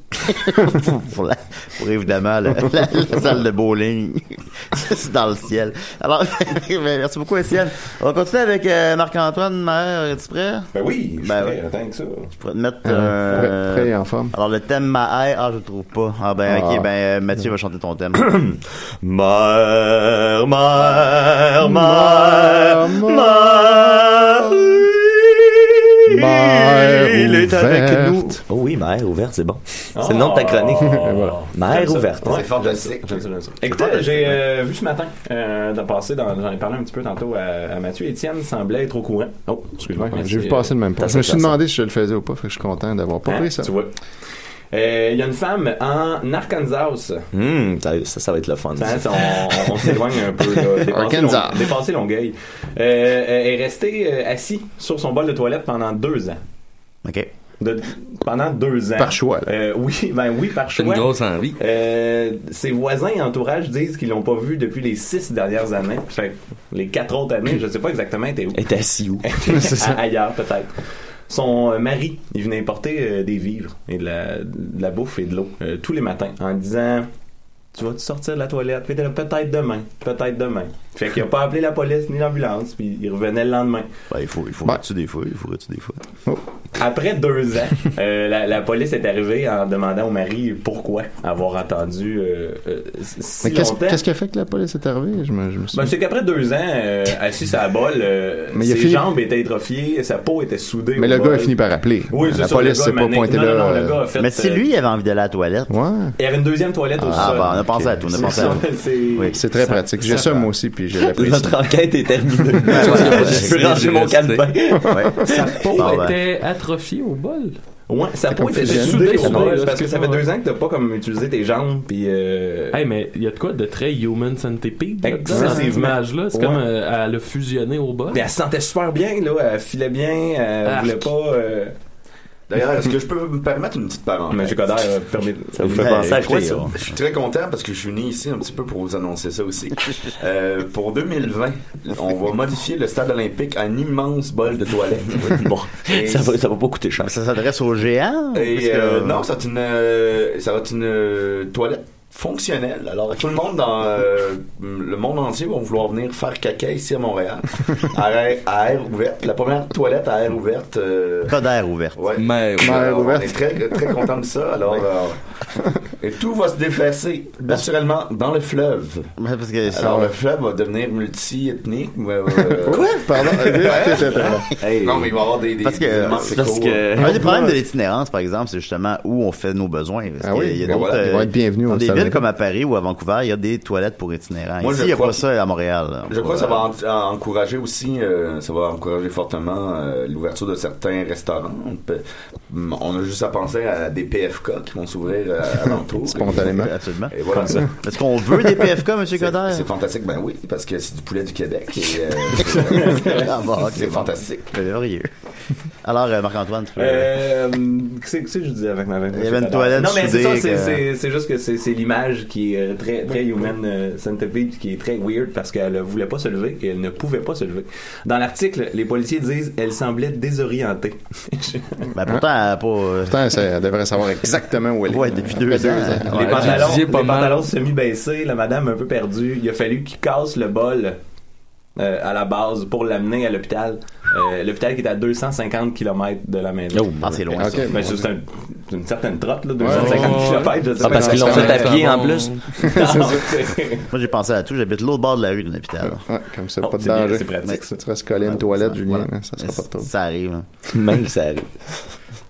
E: pour, pour la- pour évidemment le- la, la salle de bowling. c'est dans le ciel. Alors, ben, merci beaucoup, Étienne. On va continuer avec euh, Marc-Antoine Maher. Es-tu prêt?
K: Ben oui, je
E: Ben
K: suis
E: ouais.
K: prêt, attends que ça.
E: Je pourrais te mettre.
D: Euh,
E: euh,
D: prêt- prêt et en forme.
E: Alors, le thème thème Mahaï. Ah, je le trouve pas. Ah, ben,
L: Ah.
E: ok, ben, euh, Mathieu va chanter ton thème.
L: Mère,
E: mère,
L: mère, Marie.
E: Il est avec nous. Oh oui, mère ouverte, c'est bon. C'est le nom de ta chronique. Mère
K: J'aime ça.
E: ouverte.
K: Ouais,
E: C'est
K: fantastique. J'aime ça, j'aime ça. hein. Écoutez, j'ai euh, vu ce matin, euh, de passer dans, j'en ai parlé un petit peu tantôt à, à Mathieu. Étienne semblait être au courant. Oh, excuse-moi.
D: Ouais,
K: Merci.
D: J'ai vu passer le même pas. Je me suis
K: T'as ça,
D: demandé si je le faisais ou pas, fait que je suis content d'avoir pas
K: Hein,
D: pris ça.
K: Tu vois. Euh, Il y a une femme en Arkansas.
F: Hum, ça, ça, ça va être le fun.
K: Ben, ça, on on s'éloigne un peu. Là, Dépasser
F: Arkansas.
K: Long- dépasser Longueuil. Euh, euh, est restée euh, assise sur son bol de toilette pendant deux ans.
E: OK.
K: De- pendant deux ans.
D: Par choix,
K: Euh, oui, ben oui, par
G: C'est
K: choix.
G: une grosse envie.
K: Euh, ses voisins et entourage disent qu'ils l'ont pas vu depuis les six dernières années. Fait que les quatre autres années, je sais pas exactement, était où.
F: Elle était assis où?
K: C'est ça. Ailleurs, peut-être. Son euh, mari, il venait porter euh, des vivres et de la, de la bouffe et de l'eau euh, tous les matins en disant Tu vas-tu sortir de la toilette Puis elle, Peut-être demain, peut-être demain. Fait qu'il a pas appelé la police ni l'ambulance, puis il revenait le lendemain.
E: Ben, il faut, il
D: Ben.
E: faut tu des fois, il faut tu des fois.
D: Oh.
K: Après deux ans, euh, la, la police est arrivée en demandant au mari pourquoi avoir attendu euh, euh, si
D: Mais qu'est-ce
K: longtemps.
D: qu'est-ce qui a fait que la police est arrivée? Je me, je me suis...
K: Ben, c'est qu'après deux ans, euh, assis à la bolle, euh,
D: Mais il a
K: ses
D: fini-
K: jambes étaient atrophiées, sa peau était soudée.
D: Mais
K: au
D: le
K: bol.
D: gars a fini par appeler.
K: Oui, c'est
D: la
K: ça, le
D: police
K: gars
D: s'est pas
K: mané-
D: pointée
K: non,
D: là.
K: non, non, le
D: euh,
K: gars a fait,
E: Mais si
K: euh,
E: lui, il avait envie de la toilette.
D: Ouais.
K: Il y avait une deuxième toilette au sol.
E: Ah, ben, on a pensé à tout, on a
K: C'est
E: pensé à
K: ça,
E: tout.
K: c'est-
E: Oui.
D: C'est très
K: ça-
D: pratique. J'ai ça, moi aussi, puis j'ai l'apprécié.
E: Notre enquête est terminée.
F: Je
E: peux ranger mon
F: calepin.
H: Sa peau
E: Ah ouais.
H: était atrophiée au bol.
K: Ouais, sa peau était
H: fusionné,
K: soudée au
H: soudé,
K: bol,
H: là,
K: parce que ça fait
H: excuse-moi.
K: deux ans que t'as pas comme utilisé tes jambes, puis euh,
H: Hey, mais il y a de quoi de très human centipede là, dans
K: Excessivement.
H: cette image-là. C'est
K: Ouais.
H: comme euh, elle a fusionné au bol.
K: mais elle se sentait super bien, là, elle filait bien, elle
H: Arc.
K: voulait pas... euh,
I: D'ailleurs, est-ce que je peux me permettre une petite parenthèse?
K: Monsieur Coderre, euh, permet-
F: Ça vous fait penser à
I: Je crois
F: quoi, ça?
I: que Je suis très content parce que je suis venu ici un petit peu pour vous annoncer ça aussi. Euh, pour 2020, on va modifier le stade olympique à un immense bol de toilette.
F: Bon,
I: Et-
F: ça va, ça va pas coûter cher.
E: Ça s'adresse aux géants?
I: Et,
E: Ah, Parce que-
I: euh, non, ça va être une, euh, ça va être une euh, toilette fonctionnelle. Alors, tout le monde dans euh, le monde entier va vouloir venir faire caca ici à Montréal. à, air, à air ouverte. La première toilette à air ouverte. euh,
E: Pas d'air ouvert.
I: ouais.
G: Mais
I: Alors,
D: Mère
I: on
D: ouverte.
I: est très, très content de ça. Alors, euh, et tout va se déverser naturellement dans le fleuve.
E: Ouais, Parce que ça-
I: Alors, le fleuve va devenir multi-ethnique. Quoi?
D: Pardon,
I: Non, mais il va y avoir des. des
E: Parce que,
I: des éléments
E: c'est
I: fécaux,
F: parce que-
I: euh,
E: Un des problèmes de l'itinérance, par exemple, c'est justement où on fait nos besoins. Parce
D: Ah
E: qu'il
D: oui,
E: y a
D: ben
E: d'autres,
D: voilà, ils
E: euh,
D: vont être bienvenus, on
E: Dans
D: le
E: des
D: savait.
E: villes comme à Paris ou à Vancouver, il y a des toilettes pour itinérants.
I: Moi,
E: Ici,
I: je
E: il n'y a
I: crois-
E: pas ça à Montréal. là.
I: Je crois que ça
E: Ouais.
I: va en- en- encourager aussi, euh, ça va encourager fortement euh, l'ouverture de certains restaurants. On, peut- on a juste à penser à des PFK qui vont s'ouvrir euh, alentour.
D: Spontanément.
E: Absolument.
I: Et voilà.
E: Est-ce qu'on veut des PFK, M.
I: C'est
E: Coder?
I: c'est fantastique, ben oui, parce que c'est du poulet du Québec. et, euh,
E: Ah bon, ok,
I: c'est
E: bon.
I: fantastique.
E: C'est merveilleux. Alors, euh, Marc-Antoine, tu peux...
K: Euh, qu'est-ce que- qu'est-ce que je disais avec ma
E: Il y avait une toilette euh.
K: Non, mais c'est
E: soudée
K: ça, c'est-
E: que-
K: c'est c'est juste que c'est c'est l'image qui est euh, très, très human euh, centipede, qui est très weird parce qu'elle ne voulait pas se lever et elle ne pouvait pas se lever. Dans l'article, les policiers disent elle semblait désorientée.
E: Ben, pourtant, elle a pas... euh,
D: Putain, ça, Hein? elle devrait savoir exactement où elle est.
E: Ouais, depuis deux
D: Après
E: ans.
K: les
G: Ouais,
K: pantalons,
G: tu disais pas
K: les
G: mal.
K: pantalons semi-baissés, la madame un peu perdue. Il a fallu qu'il casse le bol euh, à la base pour l'amener à l'hôpital. Euh, l'hôpital qui est à 250 km de la maison.
E: Ah, c'est loin,
D: Ok.
E: ça.
K: Mais c'est un- c'est une certaine trotte, là, 250
G: Oh, Ouais.
K: km, je sais
F: Ah,
K: pas.
F: parce qu'ils l'ont fait à
G: Ça
F: pied en
G: va.
F: plus.
K: Non, c'est-
E: Moi, j'ai pensé à tout. J'habite l'autre bord de la rue d'un hôpital.
D: Ouais, comme ça,
K: Oh,
D: pas de
K: c'est bien,
D: danger.
K: c'est pratique,
D: Ouais,
K: ça.
D: Tu restes collé à une toilette, Julien,
E: Voilà.
D: hein, ça sera pas de trouble.
E: Ça arrive. hein.
F: Même que ça arrive.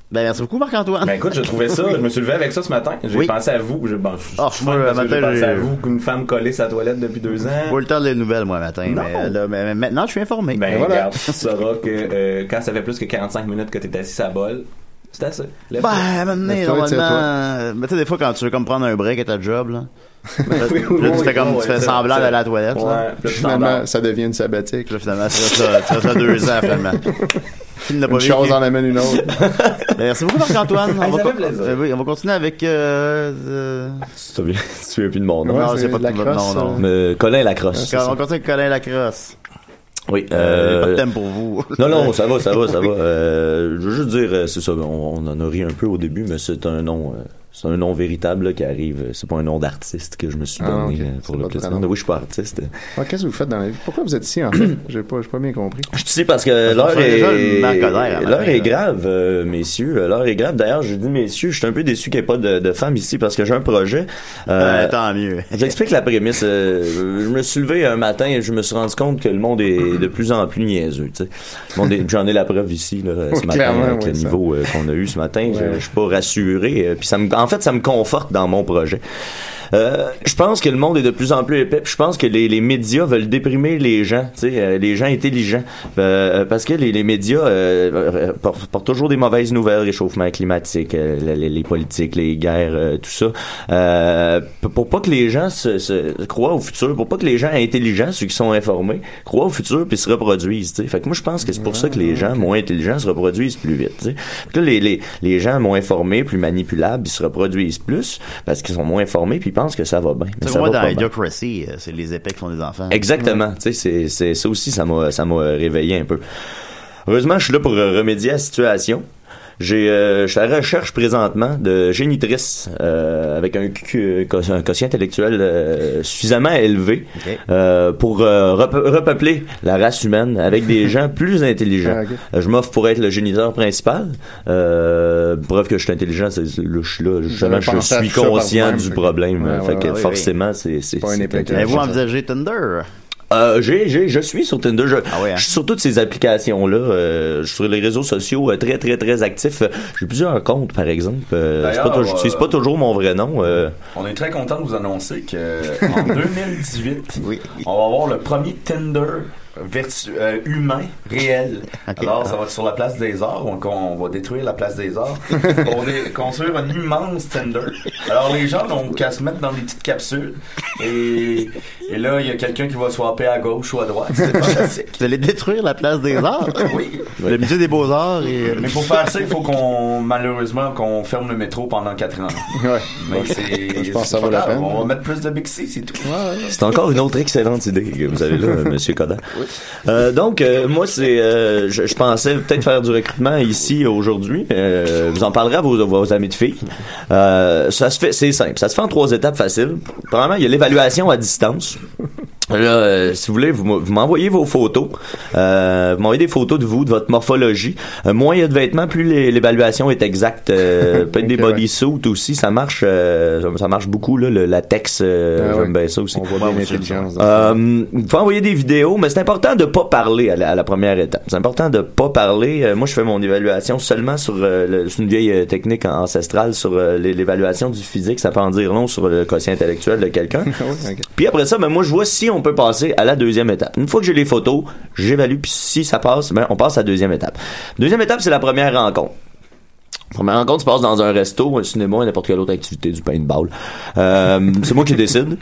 E: Ben, merci beaucoup, Marc-Antoine.
K: Ben écoute, je trouvais ça, je me suis levé avec ça ce matin. J'ai
E: Oui.
K: pensé à vous. Je, bon, je,
E: Ah,
K: je-
E: moi,
K: parce
E: le
K: que j'ai
E: matin,
K: pensé
E: j'ai-
K: à vous qu'une femme collée sa toilette depuis deux ans.
E: Pas eu le temps de les nouvelles, moi, matin.
K: Non.
E: Mais, là, mais- mais maintenant, je suis informé.
K: Ben
D: voilà.
K: regarde, tu sauras que euh, quand ça fait plus que 45 minutes que t'es assis à bol, c'est assez.
E: Ben, à un moment donné,
D: Lève-toi,
E: normalement,
D: tire-toi.
E: euh, mais tu sais, des fois, quand tu veux comme prendre un break à ta job, là,
K: Ben, oui,
E: puis là, tu
K: oui,
E: fais comme,
K: oui,
E: tu fais
K: c'est-
E: semblant
K: c'est-
E: d'aller à la toilette,
K: Ouais,
E: là.
K: puis là, tu t'en vas.
D: Finalement, ça devient une sabbatique.
E: Puis là, finalement, tu fais ça, tu fais ça deux ans, finalement. Il n'a pas
D: Une
E: vu.
D: chose en amène une autre.
E: Ben, merci beaucoup, Marc-Antoine.
K: Hey,
E: on,
K: ça
E: va
K: fait
E: con-
K: plaisir.
E: Euh, oui, on va continuer avec, euh, euh,
F: Tu te souviens- tu te souviens plus de mon nom.
D: Ouais,
E: non,
D: c'est
E: c'est pas
D: de la
E: tout votre nom,
D: crosse,
E: non.
D: euh,
F: Me Colin Lacrosse.
E: euh, on continue avec Colin Lacrosse.
F: Oui.
E: Euh,
F: euh,
E: Pas de thème pour vous.
F: Non, non, ça va, ça va, ça va. Euh, je veux juste dire, euh, c'est ça, on, on en a ri un peu au début, mais c'est un nom, euh, C'est un nom véritable là, qui arrive. C'est pas un nom d'artiste que je me suis
D: Ah,
F: donné
D: ok.
F: euh, pour
D: C'est
F: le
D: pas
F: plaisir.
D: ton nom.
F: Oui, je suis pas artiste.
D: Ah, Qu'est-ce que vous faites dans la vie? Pourquoi vous êtes ici, en fait? J'ai pas, j'ai pas bien compris.
F: Je sais parce que
D: Parce
F: l'heure
D: qu'on fait
F: est,
D: déjà une marque à l'air, hein. à matin,
F: l'heure est
D: là.
F: grave, euh, messieurs. Euh, L'heure est grave. D'ailleurs, je dis messieurs, je suis un peu déçu qu'il n'y ait pas de, de femmes ici parce que j'ai un projet.
E: Ben, tant
F: mieux. J'explique la prémisse. Euh, je me suis levé un matin et je me suis rendu compte que le monde est de plus en plus niaiseux. tu sais. Le monde est- J'en ai la preuve ici là,
E: Oui,
F: ce matin
E: clairement,
F: avec le
E: oui, ça.
F: niveau euh, qu'on a eu ce matin. Je-
E: Ouais.
F: je suis pas rassuré. euh, Puis ça me, en fait, ça me conforte dans mon projet. Euh, je pense que le monde est de plus en plus épais. puis Je pense que les, les médias veulent déprimer les gens, tu sais, euh, les gens intelligents, Euh, parce que les, les médias euh, euh, portent, portent toujours des mauvaises nouvelles, réchauffement climatique, euh, les- les, les politiques, les guerres, euh, tout ça. Euh, p- pour pas que les gens se, se- croient au futur, pour pas que les gens intelligents, ceux qui sont informés, croient au futur puis se reproduisent. tu sais. Fait que moi je pense que c'est pour ça que les gens moins intelligents se reproduisent plus vite. tu sais. Fait que là, les, les, les gens moins informés, plus manipulables, ils se reproduisent plus parce qu'ils sont moins informés puis ils pensent que ça va bien. Mais
E: C'est
F: ça
E: moi
F: va
E: dans
F: pas bien.
E: Idiocracy, euh, c'est les épées qui font des enfants.
F: Exactement. Tu sais, c'est, c'est, ça aussi, ça m'a, ça m'a réveillé un peu. Heureusement, je suis là pour euh, remédier à la situation. J'ai, euh, je suis à la recherche présentement de génitrices euh, avec un, cu- co- un quotient intellectuel euh, suffisamment élevé euh, pour euh, repe- repeupler la race humaine avec des gens plus intelligents.
D: Ah, ok.
F: Euh, Je m'offre pour être le géniteur principal. Euh, preuve que je suis intelligent, c'est, c'est- là, je suis là, justement, je
E: pensé à
F: suis
E: tout ça par
F: conscient
E: vous-même,
F: du
E: ok.
F: problème.
E: Ouais,
F: euh,
E: ouais,
F: fait que
E: ouais, oui,
F: forcément,
E: oui.
F: c'est, c'est,
E: Pas
F: c'est
E: une épée
F: intéressant.
E: Avez-vous envisagé Tinder?
F: Euh, j'ai, j'ai, je suis sur Tinder. Je,
I: Ah hein?
F: je suis sur toutes ces applications-là. euh, je suis sur les réseaux sociaux euh, très, très, très actif. Euh, J'ai plusieurs comptes, par exemple. Euh, c'est pas
I: D'ailleurs,
F: tou- j'utilise
I: euh,
F: pas toujours mon vrai nom. euh.
I: On est très content de vous annoncer que en 2018, on va avoir le premier Tinder vertu- euh, humain réel. Alors, ça va être sur la place des arts. On, on va détruire la place des arts pour dé- construire un immense Tinder. Alors, les gens n'ont qu'à se mettre dans des petites capsules. Et, et là, il y a quelqu'un qui va swapper à gauche ou à droite. C'est fantastique.
E: Vous allez détruire la place des arts?
I: oui.
E: Le musée des beaux-arts et... euh,
I: Mais pour faire ça, il faut qu'on, malheureusement, qu'on ferme le métro pendant 4 ans.
D: Ouais.
I: Mais c'est.
D: Je pense que ça
I: c'est
D: vaut
I: pas
D: la
I: grave.
D: peine.
I: On va mettre plus de Bixi, c'est tout.
F: C'est encore une autre excellente idée que vous avez là, euh, Monsieur Codan. Euh, donc, euh, moi, c'est, euh, je, je pensais peut-être faire du recrutement ici aujourd'hui. Euh, vous en parlerez à vos, vos amis de filles. Euh, ça se fait, c'est simple. Ça se fait en trois étapes faciles. Premièrement, il y a l'évaluation à distance. Là, euh, si vous voulez, vous, m- vous m'envoyez vos photos. Euh, vous m'envoyez des photos de vous, de votre morphologie. Euh, moins il y a de vêtements, plus les- l'évaluation est exacte. Euh, peut-être des bodysuits aussi, ça marche. euh, ça- ça marche beaucoup là, le latex. euh,
D: Ah ouais.
F: j'aime bien ça aussi.
D: On voit bien l'intelligence dans
F: Euh, vous pouvez envoyer des vidéos, mais c'est important de pas parler à la, à la première étape. C'est important de pas parler. Euh, moi, je fais mon évaluation seulement sur, euh, le- sur une vieille euh, technique an- ancestrale sur euh, l'é- l'évaluation du physique. Ça peut en dire long sur le quotient intellectuel de quelqu'un. Puis après ça, ben moi, je vois si on peut passer à la deuxième étape. Une fois que j'ai les photos, j'évalue. Puis si ça passe, ben on passe à la deuxième étape. Deuxième étape, c'est la première rencontre. Première rencontre se passe dans un resto, un cinéma, n'importe quelle autre activité du paintball. Euh, c'est moi qui décide.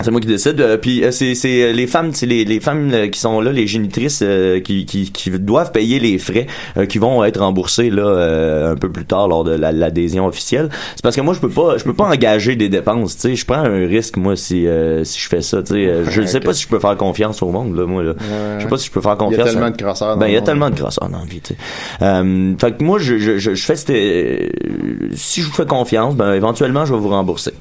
F: C'est moi qui décide. euh, Puis euh, c'est c'est, euh, les femmes, c'est les, les femmes euh, qui sont là, les génitrices euh, qui, qui, qui doivent payer les frais euh, qui vont être remboursés là euh, un peu plus tard lors de la- l'adhésion officielle. C'est parce que moi je peux pas je peux pas engager des dépenses. Tu sais, je prends un risque moi si euh, si je fais ça. Tu sais, euh, je ne sais
D: Ok.
F: pas si je peux faire confiance au monde là moi là. je sais pas si je peux faire
D: Il y a
F: confiance.
D: tellement
F: à-
D: de crosseurs dans
F: Ben il y
D: le
F: a
D: monde.
F: tellement de grosseur dans la vie, tu sais. Euh, fait que moi, je, je, je, je fais cette, euh, si je vous fais confiance, ben, éventuellement, je vais vous rembourser.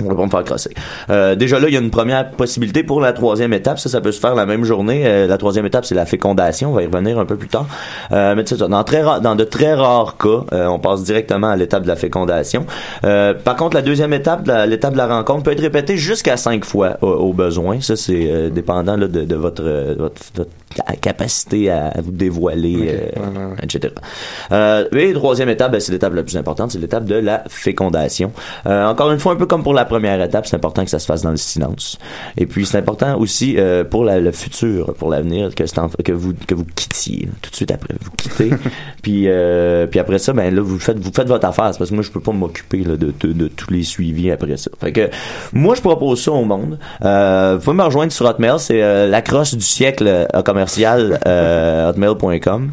F: On va pas me faire crosser. Euh, déjà là, il y a une première possibilité pour la troisième étape. Ça, ça peut se faire la même journée. Euh, la troisième étape, c'est la fécondation. On va y revenir un peu plus tard. Euh, mais tu sais, dans, très ra- dans de très rares cas, euh, on passe directement à l'étape de la fécondation. Euh, par contre, la deuxième étape, la- l'étape de la rencontre, peut être répétée jusqu'à cinq fois au, au besoin. Ça, c'est euh, dépendant là, de, de votre, euh, votre, votre ca- capacité à vous dévoiler, euh, etc. Euh, et troisième étape, ben, c'est l'étape la plus importante, c'est l'étape de la fécondation. Euh, encore une fois, un peu comme pour la première étape, c'est important que ça se fasse dans le silence. Et puis, c'est important aussi euh, pour la- le futur, pour l'avenir, que, c'est en- que vous que vous quittiez là, tout de suite après. Vous quittez. puis, euh, puis après ça, ben là, vous faites vous faites votre affaire. C'est parce que moi, je peux pas m'occuper là, de, de- de tous les suivis après ça. Fait que moi, je propose ça au monde. Euh, vous pouvez me rejoindre sur Hotmail, c'est euh, la crosse du siècle euh, commercial euh, hotmail.com.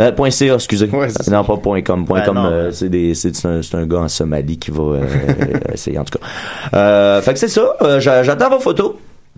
F: Euh, point .ca, excusez. non, pas point .com. Point
E: Ben
F: .com,
E: non,
F: euh, c'est des- c'est c'est un, c'est un gars en Somalie qui va euh, essayer, en tout cas. Euh, fait que c'est ça. Euh, j'a- J'attends vos photos.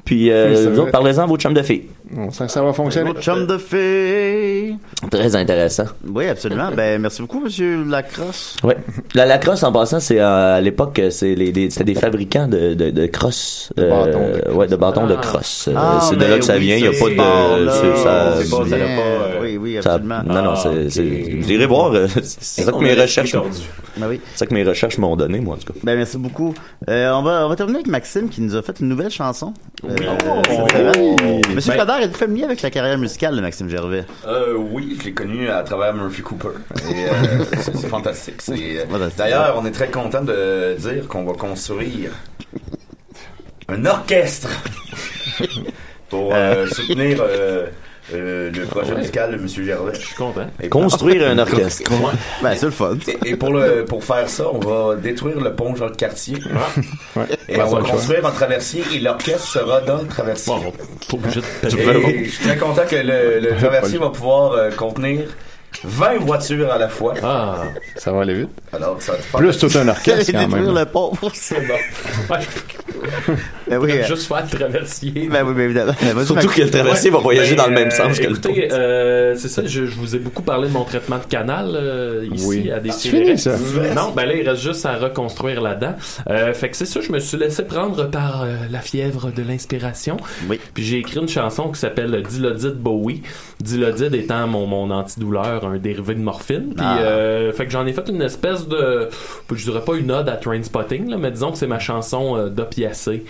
F: Puis, euh,
D: Oui, c'est
F: vous
D: vrai.
F: autres, parlez-en à vos chums de filles.
D: Bon, ça, ça va fonctionner.
E: Chum de fée.
F: Très intéressant.
E: Oui, absolument. Ben, merci beaucoup, monsieur Lacrosse.
F: Ouais. La, la crosse, en passant, c'est euh, à l'époque, c'est les, des, c'était des fabricants de, de, de crosses. euh, ouais, de bâtons de crosse. Euh,
E: Ah,
F: c'est de
E: ben
F: là que ça
E: oui,
F: vient. Il n'y a
E: c'est
F: pas de. euh,
E: par là,
F: c'est- ça-
E: c'est pas- ça l'a pas, euh, Oui, oui,
F: ça-
E: absolument.
F: non, non,
E: Ah,
F: c'est. c'est- Vous irez voir. euh, C'est ça que
E: On
F: mes
E: a l'esprit
F: recherches.
E: tordu.
F: C'est ça que mes recherches m'ont donné, moi, en tout cas.
E: Ben, merci beaucoup. Euh, on, va, on va terminer avec Maxime qui nous a fait une nouvelle chanson. Euh,
I: Oh.
E: cette semaine.
I: Oh.
E: Monsieur
I: Ben-
E: Coderre, êtes-vous familier avec la carrière musicale de Maxime Gervais?
I: Euh, oui, je l'ai connu à travers Murphy Cooper. Et, euh, c'est c'est fantastique. C'est, euh, D'ailleurs, on est très content de dire qu'on va construire un orchestre pour euh, soutenir euh, euh, le projet
F: Ouais.
I: musical de M. Gervais. Je suis content.
F: Construire un orchestre.
E: ben, c'est le fun.
I: Et, et pour, le, pour faire ça, on va détruire le pont Jean-Cartier. Et
D: Ouais, pas le
I: on va
D: choix.
I: construire un traversier et l'orchestre sera dans le traversier.
D: perdre.
I: Et je suis très content que le,
D: Ah,
I: le traversier va pouvoir euh, contenir 20 voitures à la fois.
D: Ça va aller vite.
I: Alors, ça va
D: Ah. Plus tout un orchestre, quand même.
E: pauvre,
I: c'est bon.
E: Ben oui, euh,
H: Juste faire traversier.
E: ben oui, ben évidemment. Ben, vas-y, Maxime.
H: Ben, euh, écoutez, euh, c'est ça, je, je vous ai beaucoup parlé de mon traitement de canal euh, ici
D: Oui. Ah,
H: à des
D: C'est fini, ça.
H: Non, ben là, il reste juste à reconstruire là-dedans. Euh, fait que c'est ça, je me suis laissé prendre par euh, la fièvre de l'inspiration. Puis j'ai écrit une chanson qui s'appelle Dilodide Bowie. Dilodide étant mon, mon antidouleur, un dérivé de morphine. Puis,
E: Ah.
H: euh, fait que j'en ai fait une espèce de. Je dirais pas une ode à Trainspotting, là, mais disons que c'est ma chanson euh, d'opiacé.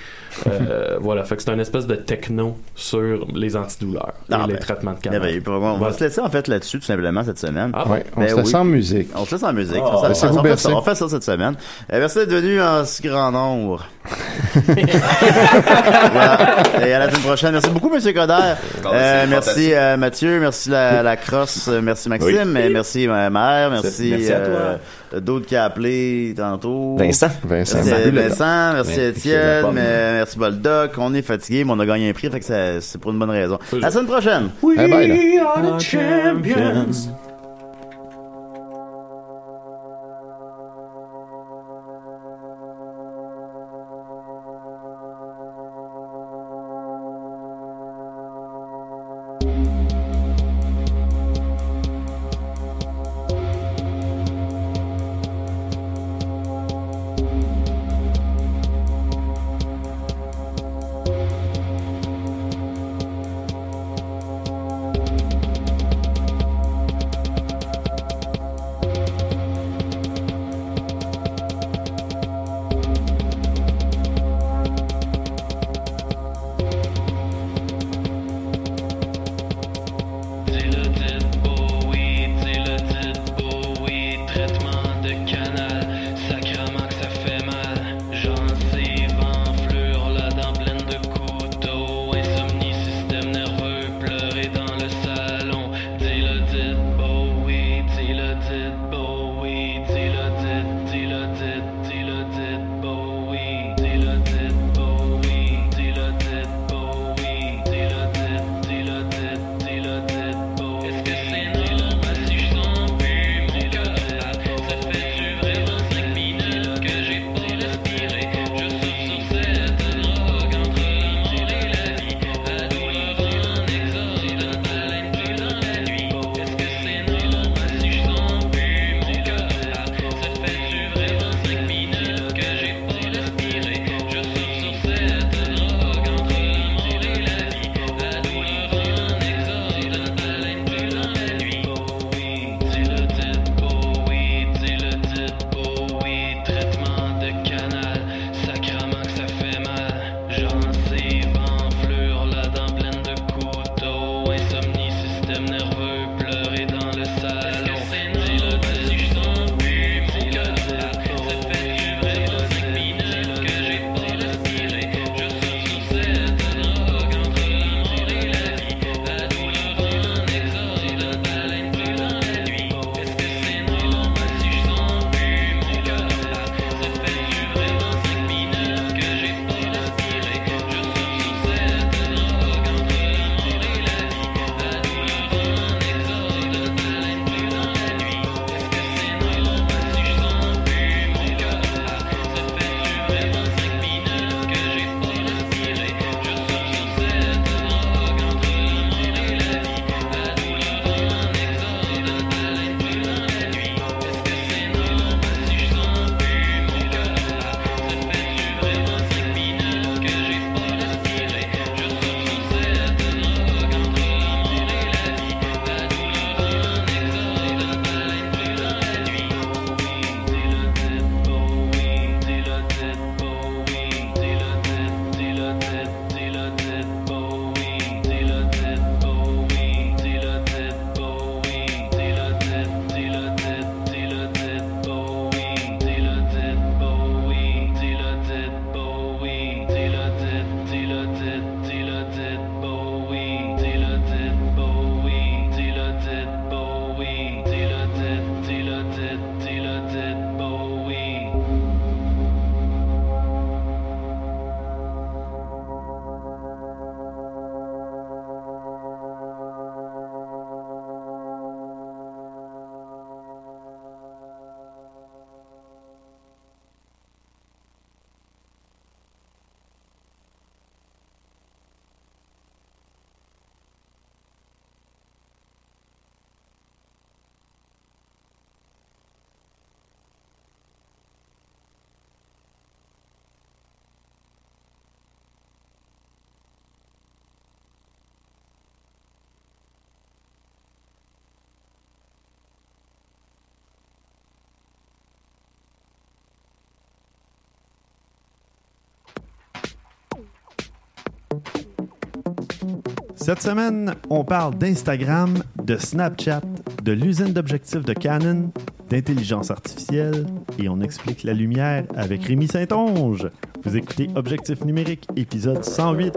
H: Euh, voilà, fait que c'est une espèce de techno sur les antidouleurs et
E: Ah,
H: les
E: ben.
H: traitements de
E: Eh ben,
H: canal.
E: il peut- on va
H: Voilà.
E: se laisser en fait là-dessus tout simplement cette semaine. Ben
H: Ah bon? Ouais,
D: on se laisse en musique.
E: On se laisse en musique.
D: Oh.
E: Ça, ça-
D: Laissez-vous
E: on, fait ça,
D: bercer.
E: on fait ça cette semaine. Euh, merci d'être venu en si grand nombre. voilà. Et à la semaine prochaine. Merci beaucoup, Monsieur Coder.
F: Non, mais Ah,
E: merci
F: c'est fantastique.
E: euh, Mathieu, merci la, la crosse, euh, merci Maxime,
F: Oui.
E: et merci ma mère, merci,
F: Merci à
E: euh, d'autres qui a appelé tantôt.
F: Vincent.
E: Vincent,
F: Vincent.
E: merci,
F: Salut,
E: Vincent,
F: Vincent.
E: merci
F: Ouais,
E: Étienne,
F: c'est la pomme.
E: euh, merci Boldoc. On est fatigué, mais on a gagné un prix, fait que ça- c'est pour une bonne raison. À la semaine prochaine.
L: We
E: Eh, Bye bye, là.
L: are the champions.
J: Cette semaine, on parle d'Instagram, de Snapchat, de l'usine d'objectifs de Canon, d'intelligence artificielle et on explique la lumière avec Rémi Saint-Onge. Vous écoutez Objectif numérique, épisode 108.